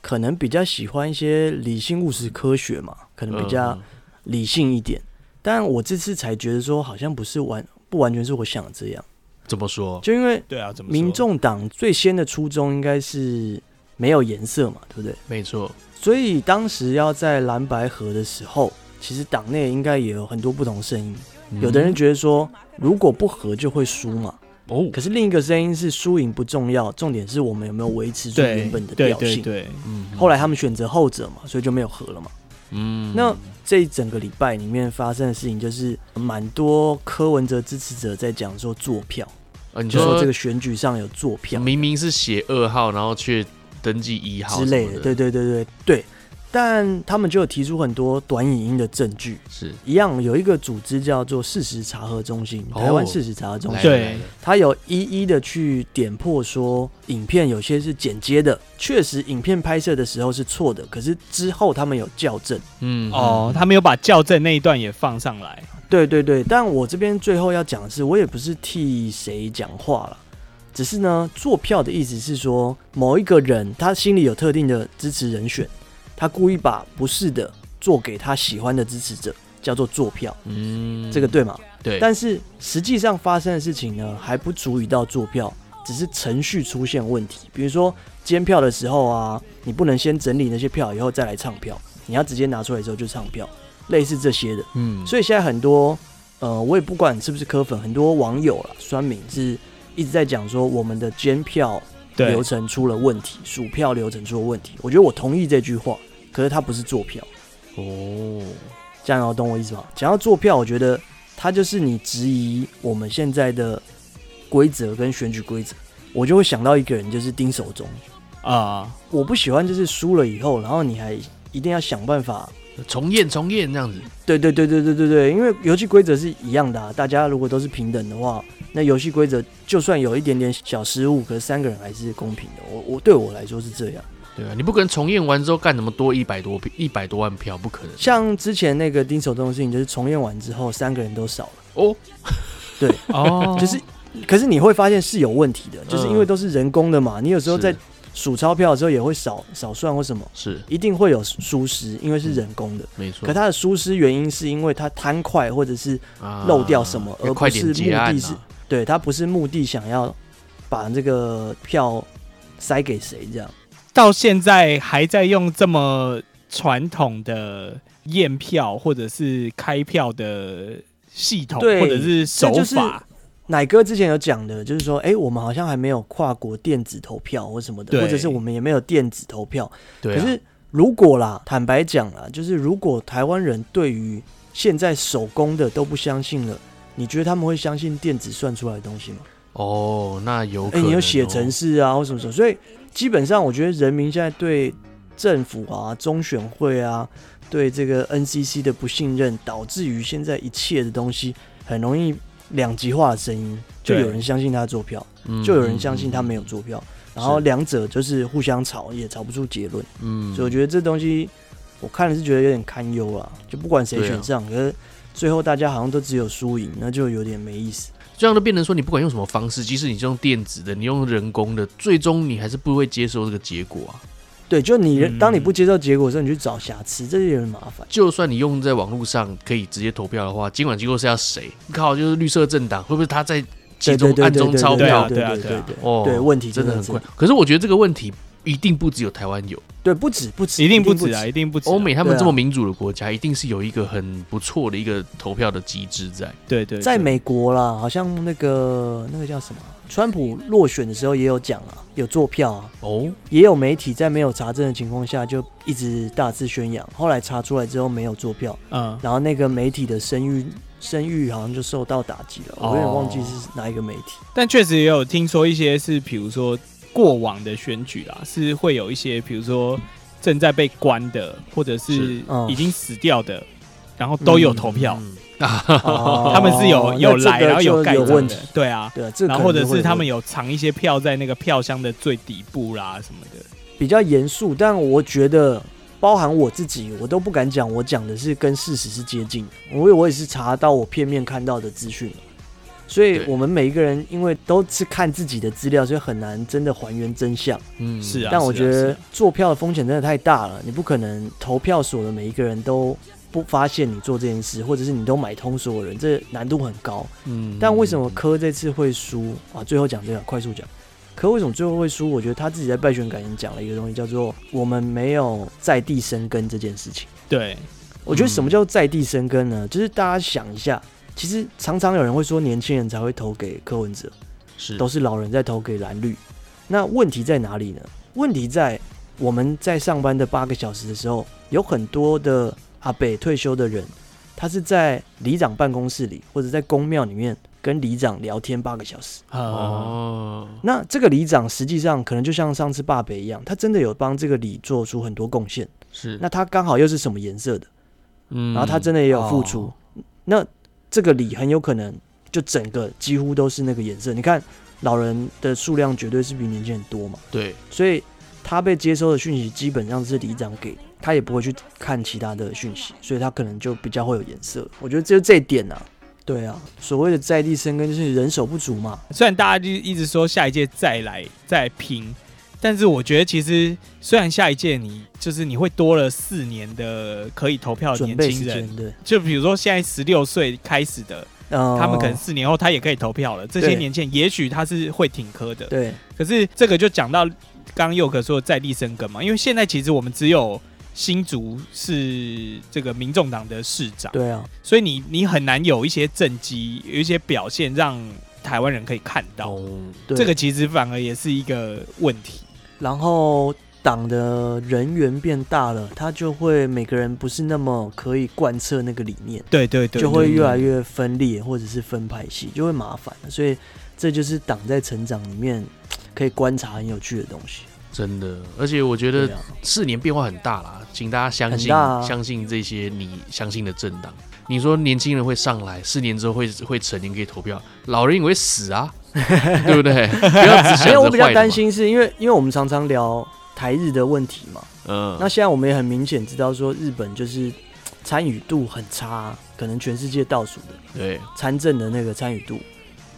S3: 可能比较喜欢一些理性务实科学嘛，可能比较
S1: 嗯
S3: 理性一点。但我这次才觉得说，好像不是完不完全是我想的这样，
S1: 怎么说？
S3: 就因为
S2: 对啊，怎么说
S3: 民众党最先的初衷应该是没有颜色嘛，对不对？
S1: 没错，
S3: 所以当时要在蓝白河的时候，其实党内应该也有很多不同声音。
S1: 嗯
S3: 有的人觉得说，如果不合就会输嘛，
S1: 哦，
S3: 可是另一个声音是输赢不重要，重点是我们有没有维持住
S2: 对
S3: 原本的
S2: 对
S3: 调
S2: 对
S3: 性。
S2: 对，
S1: 嗯
S3: 后来他们选择后者嘛，所以就没有合了嘛。
S1: 嗯
S3: 那这一整个礼拜里面发生的事情，就是蛮多柯文哲支持者在讲说坐票，
S1: 啊你
S3: 就说
S1: 说
S3: 这个选举上有坐票
S1: 明明是写二号，然后却登记一号
S3: 之类的。对
S1: 对，
S3: 对对对对，但他们就有提出很多短影音的证据。
S1: 是
S3: 一样有一个组织叫做事实查核中心，
S1: 哦
S3: 台湾事实查核中
S1: 来
S3: 心，
S1: 了
S2: 对
S1: 来了
S3: 他有一一的去点破说，影片有些是剪接的，确实影片拍摄的时候是错的，可是之后他们有校正。
S1: 嗯
S2: 哦，
S1: 嗯
S2: 他没有把校正那一段也放上来，
S3: 对对对，但我这边最后要讲的是，我也不是替谁讲话了，只是呢，做票的意思是说，某一个人他心里有特定的支持人选，他故意把不是的做给他喜欢的支持者，叫做做票，
S1: 嗯
S3: 这个对吗？
S1: 对，
S3: 但是实际上发生的事情呢，还不足以到做票，只是程序出现问题。比如说监票的时候啊，你不能先整理那些票以后再来唱票，你要直接拿出来之后就唱票，类似这些的。
S1: 嗯
S3: 所以现在很多，呃，我也不管是不是科粉，很多网友了、酸民是一直在讲说我们的监票
S2: 对
S3: 流，程出了问题，数票流程出了问题。我觉得我同意这句话，可是它不是做票。
S1: 哦，
S3: 这样有懂我意思吗？讲到做票，我觉得它就是你质疑我们现在的规则跟选举规则，我就会想到一个人，就是丁守中。
S2: 啊，
S3: 我不喜欢就是输了以后，然后你还一定要想办法。
S1: 重验重验这样子，
S3: 对对对对对对对，因为游戏规则是一样的、啊，大家如果都是平等的话，那游戏规则就算有一点点小失误，可是三个人还是公平的。我我对我来说是这样。
S1: 对啊，你不可能重验完之后干什么多一百多一百多万票，不可能
S3: 像之前那个丁守中的事情，就是重演完之后三个人都少了。
S1: 哦，
S2: 哦，
S3: *laughs* 就是，可是你会发现是有问题的，就是因为都是人工的嘛，你有时候在
S1: 是
S3: 数钞票的时候也会少少算或什么，
S1: 是
S3: 一定会有疏失，因为是人工的。
S1: 没错
S3: 可，它的疏失原因是因为它贪快，或者是
S1: 啊
S3: 漏掉什么而
S1: 要
S3: 不
S1: 快
S3: 是
S1: 点结案
S3: 目的
S1: 啊
S3: 是对它不是目的想要把这个票塞给谁这样。
S2: 到现在还在用这么传统的验票或者是开票的系统，
S3: 对
S2: 或者是手
S3: 这就是
S2: 法，
S3: 奶哥之前有讲的，就是说，哎、我们好像还没有跨国电子投票或什么的，
S2: 对
S3: 或者是我们也没有电子投票，
S1: 对
S3: 可
S1: 啊，
S3: 是如果啦，坦白讲啦，就是如果台湾人对于现在手工的都不相信了，你觉得他们会相信电子算出来的东西吗？
S1: 哦，那有可
S3: 哎、
S1: 能
S3: 你有
S1: 哦
S3: 写程式啊，或什么什么，所以基本上我觉得人民现在对政府啊、中选会啊、对这个 NCC 的不信任，导致于现在一切的东西很容易两极化的声音，就
S2: 对
S3: 有人相信他做票，
S1: 嗯
S3: 就有人相信他没有
S1: 嗯
S3: 做票，然后两者就是互相吵，也吵不出结论。
S1: 嗯，
S3: 所以我觉得这东西我看了是觉得有点堪忧啊，就不管谁选上，可是最后大家好像都只有输赢，那就有点没意思。
S1: 这样就变成说，你不管用什么方式，即使你是用电子的，你用人工的，最终你还是不会接受这个结果啊。
S3: 对，就你
S2: 嗯
S3: 当你不接受结果的时候，你去找瑕疵，这就有点麻烦。
S1: 就算你用在网络上可以直接投票的话，监管机构是要谁？靠，就是绿色政党，会不会他在其
S3: 对
S1: 中
S3: 对对
S1: 暗
S3: 对
S1: 中
S3: 对
S1: 钞
S3: 对
S1: 票？
S3: 对
S2: 对啊
S3: 对
S2: 对啊
S3: 对
S1: 哦，
S3: 对，问题
S1: 真的
S3: 的
S1: 很
S3: 是
S1: 快。，可是我觉得这个问题一定不只有台湾有，
S3: 对，不止不止，
S2: 一定
S3: 不
S2: 不止啊，一定不止啊、
S1: 欧美他们
S3: 对啊
S1: 这么民主的国家，一定是有一个很不错的一个投票的机制在。
S2: 对对，对
S3: 在美国啦，好像那个那个叫什么，川普落选的时候也有讲啊，有做票啊，
S1: 哦，
S3: 也有媒体在没有查证的情况下就一直大肆宣扬，后来查出来之后没有做票，
S2: 嗯，
S3: 然后那个媒体的声誉声誉好像就受到打击了，
S2: 哦
S3: 我有点忘记是哪一
S2: *laughs*
S3: 个媒体。
S2: 但确实也有听说一些是，比如说过往的选举啦，是会有一些，比如说正在被关的，或者是
S1: 是
S3: 嗯
S2: 已经死掉的，然后都有投票，
S1: 嗯
S3: 哦
S2: 他们是有有来，然后
S3: 有
S2: 盖
S3: 有
S2: 章
S3: 问
S2: 的
S3: 题，，
S2: 对啊。
S3: 对，这
S2: 然后或者是他们
S3: 有
S2: 有藏一些票在那个票箱的最底部啦什么的，
S3: 比较严肃，但我觉得包含我自己，我都不敢讲，我讲的是跟事实是接近的，我我也是查到我片面看到的资讯。所以
S1: 对
S3: 我们每一个人，因为都是看自己的资料，所以很难真的还原真相。
S1: 嗯
S2: 是啊
S3: 但我觉
S2: 是啊
S3: 得做票的风险真的太大了，你不可能投票所的每一个人都不发现你做这件事，或者是你都买通所有人，这难度很高。
S1: 嗯，
S3: 但为什么科这次会输啊？最后讲这个，快速讲。科为什么最后会输？我觉得他自己在败选感言讲了一个东西，叫做“我们没有在地生根”这件事情。
S2: 对，
S3: 我觉得什么叫在地生根呢？就是大家想一下，其实常常有人会说年轻人才会投给柯文哲，
S1: 是
S3: 都是老人在投给蓝绿。那问题在哪里呢？问题在我们在上班的八个小时的时候，有很多的阿北退休的人，他是在里长办公室里或者在公庙里面跟里长聊天八个小时。
S2: 呃，
S1: 哦，
S3: 那这个里长实际上可能就像上次爸北一样，他真的有帮这个里做出很多贡献。
S1: 是
S3: 那他刚好又是什么颜色的，
S1: 嗯
S3: 然后他真的也有付出，
S1: 哦
S3: 那这个里很有可能就整个几乎都是那个颜色。你看老人的数量绝对是比年轻人多嘛，
S1: 对，
S3: 所以他被接收的讯息基本上是里长给的，他也不会去看其他的讯息，所以他可能就比较会有颜色。我觉得就这一点啊，对啊，所谓的在地生根就是人手不足嘛，
S2: 虽然大家就一直说下一届再来再拼，但是我觉得其实虽然下一届你就是你会多了四年的可以投票的哦
S3: 准
S2: 年
S3: 备
S2: 轻
S3: 时
S2: 人，
S3: 间对，
S2: 就比如说现在十六岁开始的，
S3: 呃
S2: 他们可能四哦年后他也可以投票了。这些
S3: 对
S2: 年轻人也许他是会挺科的，
S3: 对啊
S2: 可是这个就讲到刚刚佑可说的在地生根嘛，因为现在其实我们只有新竹是这个民众党的市长，
S3: 对啊，
S2: 所以你你很难有一些政绩，有一些表现让台湾人可以看到。
S1: 哦，
S3: 对
S2: 这个其实反而也是一个问题。
S3: 然后党的人员变大了，他就会每个人不是那么可以贯彻那个理念，
S2: 对对对，
S3: 就会越来越分裂或者是分派系，就会麻烦了。所以这就是党在成长里面可以观察很有趣的东西。
S1: 真的，而且我觉
S3: 对
S1: 得
S3: 啊，
S1: 四年变化很大啦，请大家相
S3: 很
S1: 信，
S3: 大啊
S1: 相信这些你相信的政党。你说年轻人会上来，四年之后会会成年可以投票，老人也会死
S3: *laughs*
S1: 啊，对不对？不要只想
S3: 没
S1: 着
S3: 有，我比较
S1: 坏的嘛
S3: 担，心是因为因为我们常常聊台日的问题嘛，
S1: 嗯，
S3: 那现在我们也很明显知道说日本就是参与度很差，可能全世界倒数的。
S1: 对，
S3: 参政的那个参与度，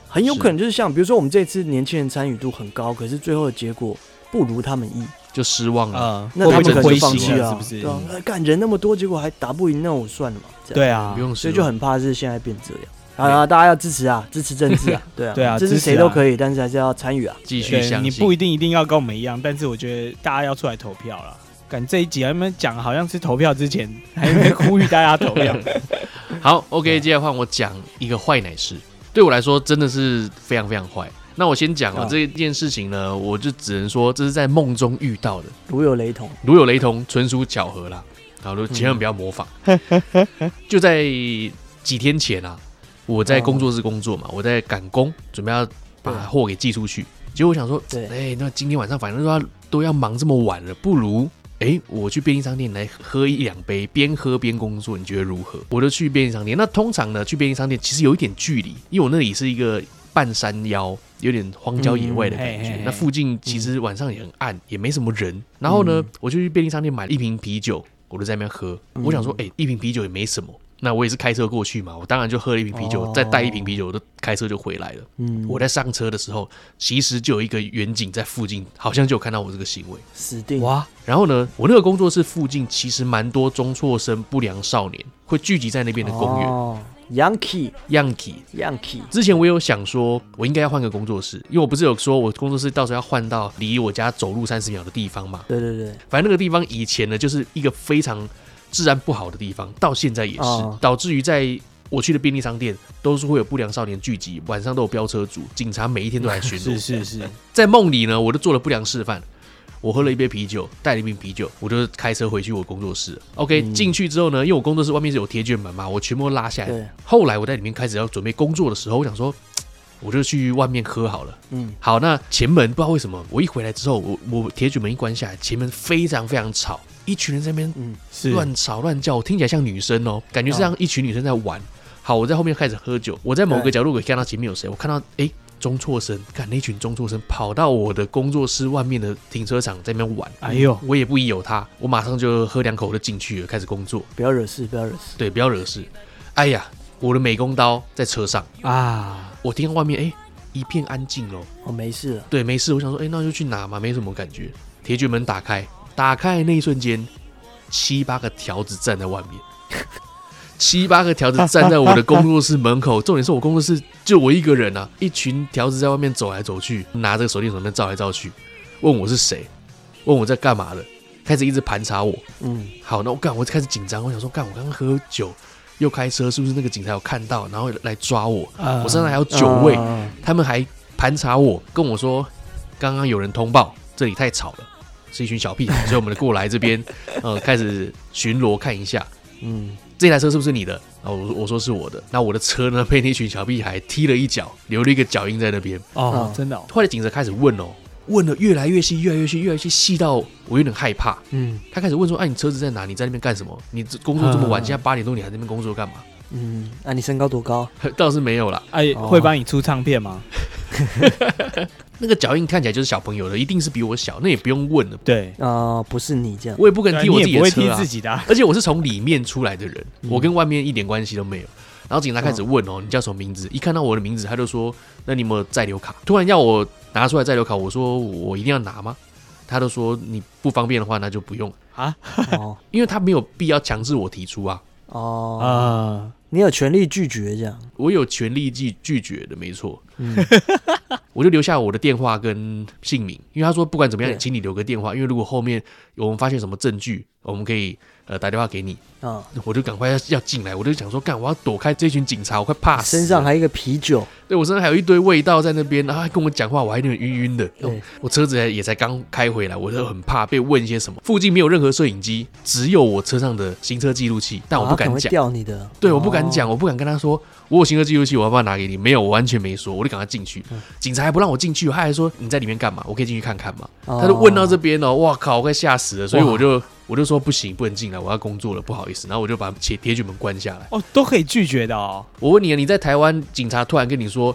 S3: 很有可能就是像比如说我们这次年轻人参与度很高，可是最后的结果不如他们意，
S1: 就失望了。
S2: 呃，
S3: 那他
S2: 会
S3: 们
S2: 不
S3: 可
S2: 会
S3: 能
S2: 灰
S3: 就放
S2: 心
S3: 弃
S2: 了，
S3: 了，
S2: 是不是
S3: 对？啊，呃干人那么多，结果还打不赢，那我算了嘛，这样，
S2: 对啊
S1: 不，用失
S3: 所
S1: 望，
S3: 以就很怕是现在变这样。啊，大家要支持啊，支持政治啊，
S2: *laughs*
S3: 对啊，
S2: 对啊
S3: 这是
S2: 支持
S3: 谁
S2: 啊
S3: 都可以，但是还是要参与啊。
S1: 继续
S2: 对，
S1: 相信。
S2: 你不一定一定要跟我们一样，但是我觉得大家要出来投票了。感这一集他们讲好像是投票之前还没呼吁大家
S1: *laughs*
S2: 投票，
S1: 好，OK，接下来换我讲一个坏奶事，对我来说真的是非常非常坏。那我先讲了、
S3: 啊
S1: 这件事情呢，我就只能说这是在梦中遇到的，
S3: 如有雷同，
S1: 如有雷同，纯属巧合啦。好了，千万不要模仿。 *laughs* 就在几天前啊，我在工作室工作嘛，我在赶工，准备要把货给寄出去。结果我想说，
S3: 对
S1: 哎、那今天晚上反正都要都要忙这么晚了，不如哎、我去便利商店来喝一两杯，边喝边工作，你觉得如何？我就去便利商店。那通常呢，去便利商店其实有一点距离，因为我那里是一个半山腰，有点荒郊野外的感
S2: 嗯
S1: 觉。
S2: 嘿嘿嘿嗯
S1: 那附近其实晚上也很暗，也没什么人。然后呢，我就去便利商店买了一瓶啤酒，我就在那边喝。
S2: 嗯
S1: 我想说，哎、一瓶啤酒也没什么。那我也是开车过去嘛，我当然就喝了一瓶啤酒，
S3: 哦
S1: 再带一瓶啤酒，我就开车就回来了。
S3: 嗯，
S1: 我在上车的时候，其实就有一个远景在附近，好像就有看到我这个行为。
S3: 死定，啊
S2: 哇，
S1: 然后呢，我那个工作室附近其实蛮多中辍生、不良少年会聚集在那边的公园。
S3: 哦，Yankee
S1: Yankee，
S3: Yankee，
S1: 之前我有想说，我应该要换个工作室，因为我不是有说我工作室到时候要换到离我家走路三十秒的地方嘛。
S3: 对对对，
S1: 反正那个地方以前呢，就是一个非常治安不好的地方，到现在也是，
S3: 哦
S1: 导致于在我去的便利商店都是会有不良少年聚集，晚上都有飙车族，警察每一天都来
S3: *laughs*
S1: 巡逻。
S2: 是是是，
S1: 在梦里呢，我就做了不良示范。我喝了一杯啤酒，带了一瓶啤酒，我就开车回去我工作室。OK，
S3: 嗯
S1: 进、去之后呢，因为我工作室外面是有贴卷门嘛，我全部都拉
S2: 哎
S1: 下
S3: 对
S1: 来。后来我在里面开始要准备工作的时候，我想说，嘖我就去外面喝好了。
S3: 嗯，
S1: 好，那前门不知道为什么，我一回来之后，我我铁卷门一关下来，前门非常非常吵，一群人在那边
S2: 是
S1: 乱吵乱叫，我听起来像女生哦，感觉是像一群女生在玩。好，我在后面开始喝酒，我在某个
S3: 对
S1: 角落我看到前面有谁，我看到诶中辍生，看那群中辍生跑到我的工作室外面的停车场在那边玩，
S2: 哎呦，
S1: 我也不疑有他，我马上就喝两口就进去了，开始工作。
S3: 不要惹事，不要惹事，
S1: 对，不要惹事。哎呀，我的美工刀在车上，
S2: 啊，
S1: 我听到外面诶一片安静喽，
S3: 哦，没事了，
S1: 对，没事，我想说哎诶那就去拿嘛，没什么感觉。铁卷门打开，打开的那一瞬间，七八个条子站在外面。 *laughs* 七八个条子站在我的工作室门口，重点是我工作室就我一个人啊，一群条子在外面走来走去，拿着手电筒在那边照来照去，问我是谁，问我在干嘛的，开始一直盘查我。
S3: 嗯，
S1: 好，那我干，我开始紧张，我想说，干，我刚刚喝酒又开车，是不是那个警察有看到，然后来抓我？
S2: 呃
S1: 我身上还有酒味，
S3: 啊
S1: 他们还盘查我，跟我说刚刚有人通报这里太吵了，是一群小屁孩，所以我们过来这边， *laughs* 呃，开始巡逻看一下
S3: 嗯，
S1: 这台车是不是你的。啊，我我说是我的，那我的车呢被那群小屁孩踢了一脚，留了一个脚印在那边。
S2: 哦
S3: 嗯，
S2: 真的哦，
S1: 后来警察开始问哦，问的越来越细，越来越细，越来越细，细到我有点害怕。
S3: 嗯
S1: 他开始问说：“哎、你车子在哪？你在那边干什么？你这工作这么晚，
S2: 嗯
S1: 现在八点多，你还在那边工作干嘛
S3: 嗯，啊，你身高多高？？”
S1: 倒是没有啦，
S2: 哎，
S3: 哦
S2: 会帮你出唱片吗？
S1: 那个脚印看起来就是小朋友的，一定是比我小，那也不用问了，
S2: 对，
S3: 啊，不是你
S1: *laughs*
S3: 这样，
S1: 我也不敢踢我自
S2: 你
S1: 己
S2: 也不
S1: 的
S2: 会
S1: 车
S2: 踢
S1: 啊
S2: 自。己嗯的啊，
S1: 而且我是从里面出来的人，我跟外面一点关系都没有。然后警察开始
S2: 嗯
S1: 问哦，你叫什么名字？一看到我的名字，他就说：“那你有没有在留卡？”突然要我拿出来在留卡，我说：“我一定要拿吗？”他都说：“你不方便的话，那就不用。
S2: 啊，
S3: 哦”
S1: 因为他没有必要强制我提出啊，
S3: 哦，
S2: 啊，
S3: 你有权利拒绝这样，
S1: 我有权利拒拒绝的，没错。
S3: 嗯，
S1: *laughs* 我就留下我的电话跟姓名，因为他说不管怎么样，
S3: 对
S1: 请你留个电话，因为如果后面我们发现什么证据，我们可以呃打电话给你。
S3: 啊，
S1: 我就赶快要要进来，我就想说，干，我要躲开这群警察，我快怕死了。
S3: 身上还有一个啤酒，
S1: 对我身上还有一堆味道在那边，然后还跟我讲话，我还有点晕晕的。
S3: 对
S1: 我车子也才刚开回来，我就很怕被问一些什么。附近没有任何摄影机，只有我车上的行车记录器，但我不
S3: 啊可能
S1: 敢
S3: 会
S1: 讲。
S3: 掉你的，
S1: 对，我不敢
S3: 哦，
S1: 讲，我不敢跟他说我有行车记录器，我要不要拿给你？没有，我完全没说，我就赶快进去。
S3: 嗯
S1: 警察还不让我进去，他还说你在里面干嘛？我可以进去看看嘛。他就问到这边哦，哇靠，我快吓死了，所以
S3: 哇
S1: 我就我就说不行，不能进来，我要工作了，不好意思。然后我就把铁铁卷门关下来。
S2: 哦，都可以拒绝的哦，
S1: 我问你啊，你在台湾，警察突然跟你说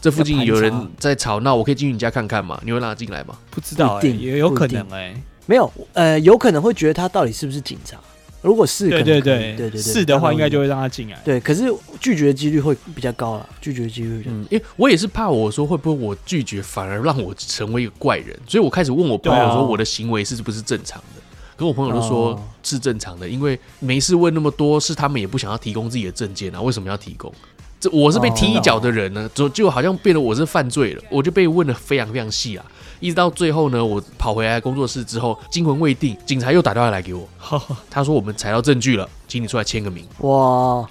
S1: 这附近有
S3: 要盘
S1: 人在吵闹，我可以进去你家看看嘛？你会让他进来吗？
S2: 不知道
S3: 不
S2: 哎，
S3: 一定
S2: 也有
S3: 不一
S2: 可
S3: 定
S2: 能哎，
S3: 没有，呃，有可能会觉得他到底是不是警察？如果是，
S2: 对
S3: 可
S2: 对
S3: 能可以
S2: 对
S3: 对对对，
S2: 是的话应该就会让他进来。
S3: 对，可是拒绝的几率会比较高了，拒绝的几率比较高
S1: 嗯，因为我也是怕我说会不会我拒绝反而让我成为一个怪人，所以我开始问我朋
S2: 对
S1: 友
S2: 啊
S1: 说我的行为是不是正常的。可我朋友就说
S3: 哦
S1: 是正常的，因为没事问那么多，是他们也不想要提供自己的证件啊，为什么要提供？这我是被踢一脚的人呢，
S3: 哦
S1: 就就好像变得我是犯罪了，我就被问的非常非常细啊，一直到最后呢，我跑回来工作室之后，惊魂未定，警察又打电话来
S3: *laughs*
S1: 给我，他说我们采到证据了，请你出来签个名。
S3: 哇，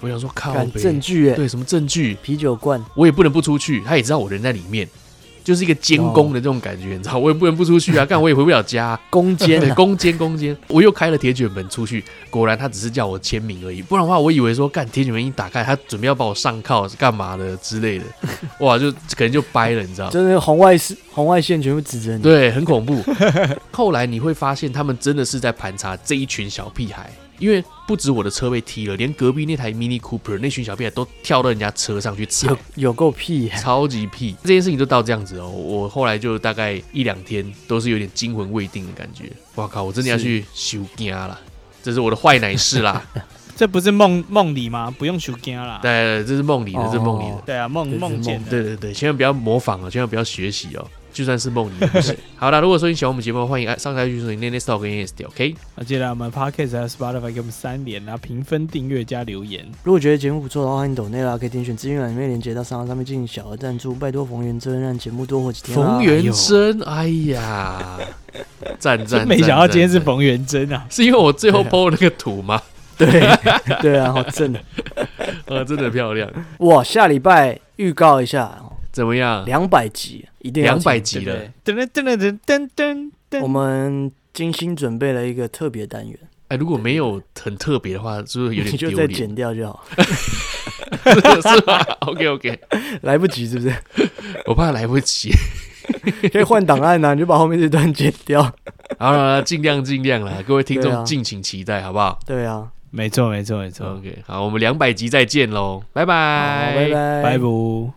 S1: 我想说靠
S3: 看
S1: 北，
S3: 证据哎，
S1: 对什么证据？
S3: 啤酒罐，
S1: 我也不能不出去，他也知道我人在里面，就是一个监工的这种感觉，你知道， *laughs* 我也不能不出去啊，干我也回不了家、
S3: 攻坚
S1: 对，
S3: 啊，
S1: 攻坚攻坚，我又开了铁卷门出去，果然他只是叫我签名而已，不然的话我以为说干铁卷门一打开，他准备要把我上铐是干嘛的之类的，哇，就可能就掰了，你
S3: *laughs*
S1: 知道。
S3: 就是红外是红外线全部指着你，
S1: 对，很恐怖。后来你会发现，他们真的是在盘查这一群小屁孩，因为不止我的车被踢了，连隔壁那台 Mini Cooper 那群小屁孩都跳到人家车上去踩
S3: 有。有够屁呀，
S1: 超级屁，这件事情就到这样子哦。我后来就大概一两天都是有点惊魂未定的感觉。哇靠，我真的要去修家了，这是我的坏奶事啦。
S2: 这不是梦梦里吗？不用求惊啊啦。
S1: 对，这是梦里的，这是梦里的
S3: 哦。
S2: 对啊，梦
S3: 这是
S2: 梦见
S3: 梦
S2: 的。
S1: 对对对，千万不要模仿哦，千万不要学习哦。就算是梦里也不行。好啦，如果说你喜欢我们节目，欢迎按上台去收听 n a n e Store 跟 n s t OK？
S2: 那接下来我们 podcast 还有 Spotify 给我们三连啊，评分、订阅加留言。
S3: 如果觉得节目不错的话，欢迎抖内啦，可以点选资讯栏里面连接到商号上面进行小额赞助，拜托冯源真让节目多火几天啊啦
S1: 冯元真，哎呀，赞赞！
S2: 真没想到
S1: 赞
S2: 今天是
S1: 赞
S2: 冯元真啊！
S1: 是因为我最后 PO 那个图吗？ *laughs*
S3: 对 *laughs* 对啊，好正的
S1: 呃，真的漂亮，
S3: 哇！下礼拜预告一下，
S1: 怎么样？
S3: 两百集一定要
S1: 两百
S3: 听
S1: 集
S2: 对不
S1: 了
S2: 对。噔噔噔噔噔噔噔，
S3: 我们精心准备了一个特别单元，
S1: 哎，如果没有很特别的话，就是有点
S3: *laughs* 你
S1: 丢
S3: 就再
S1: 脸，
S3: 剪掉就好，
S1: 是吧？OK OK，
S3: 来不及是不是？ *laughs*
S1: 我怕来不及。 *laughs*
S3: 可以换档案啊，你就把后面这段剪掉。
S1: 好了，尽量尽量啦，各位听
S3: 对
S1: 众
S3: 啊
S1: 敬请期待，好不好
S3: 对啊，
S2: 没错没错没错，
S3: 哦
S1: ？OK，好，我们两百集再见喽，拜
S3: 好，拜拜，
S2: 拜拜。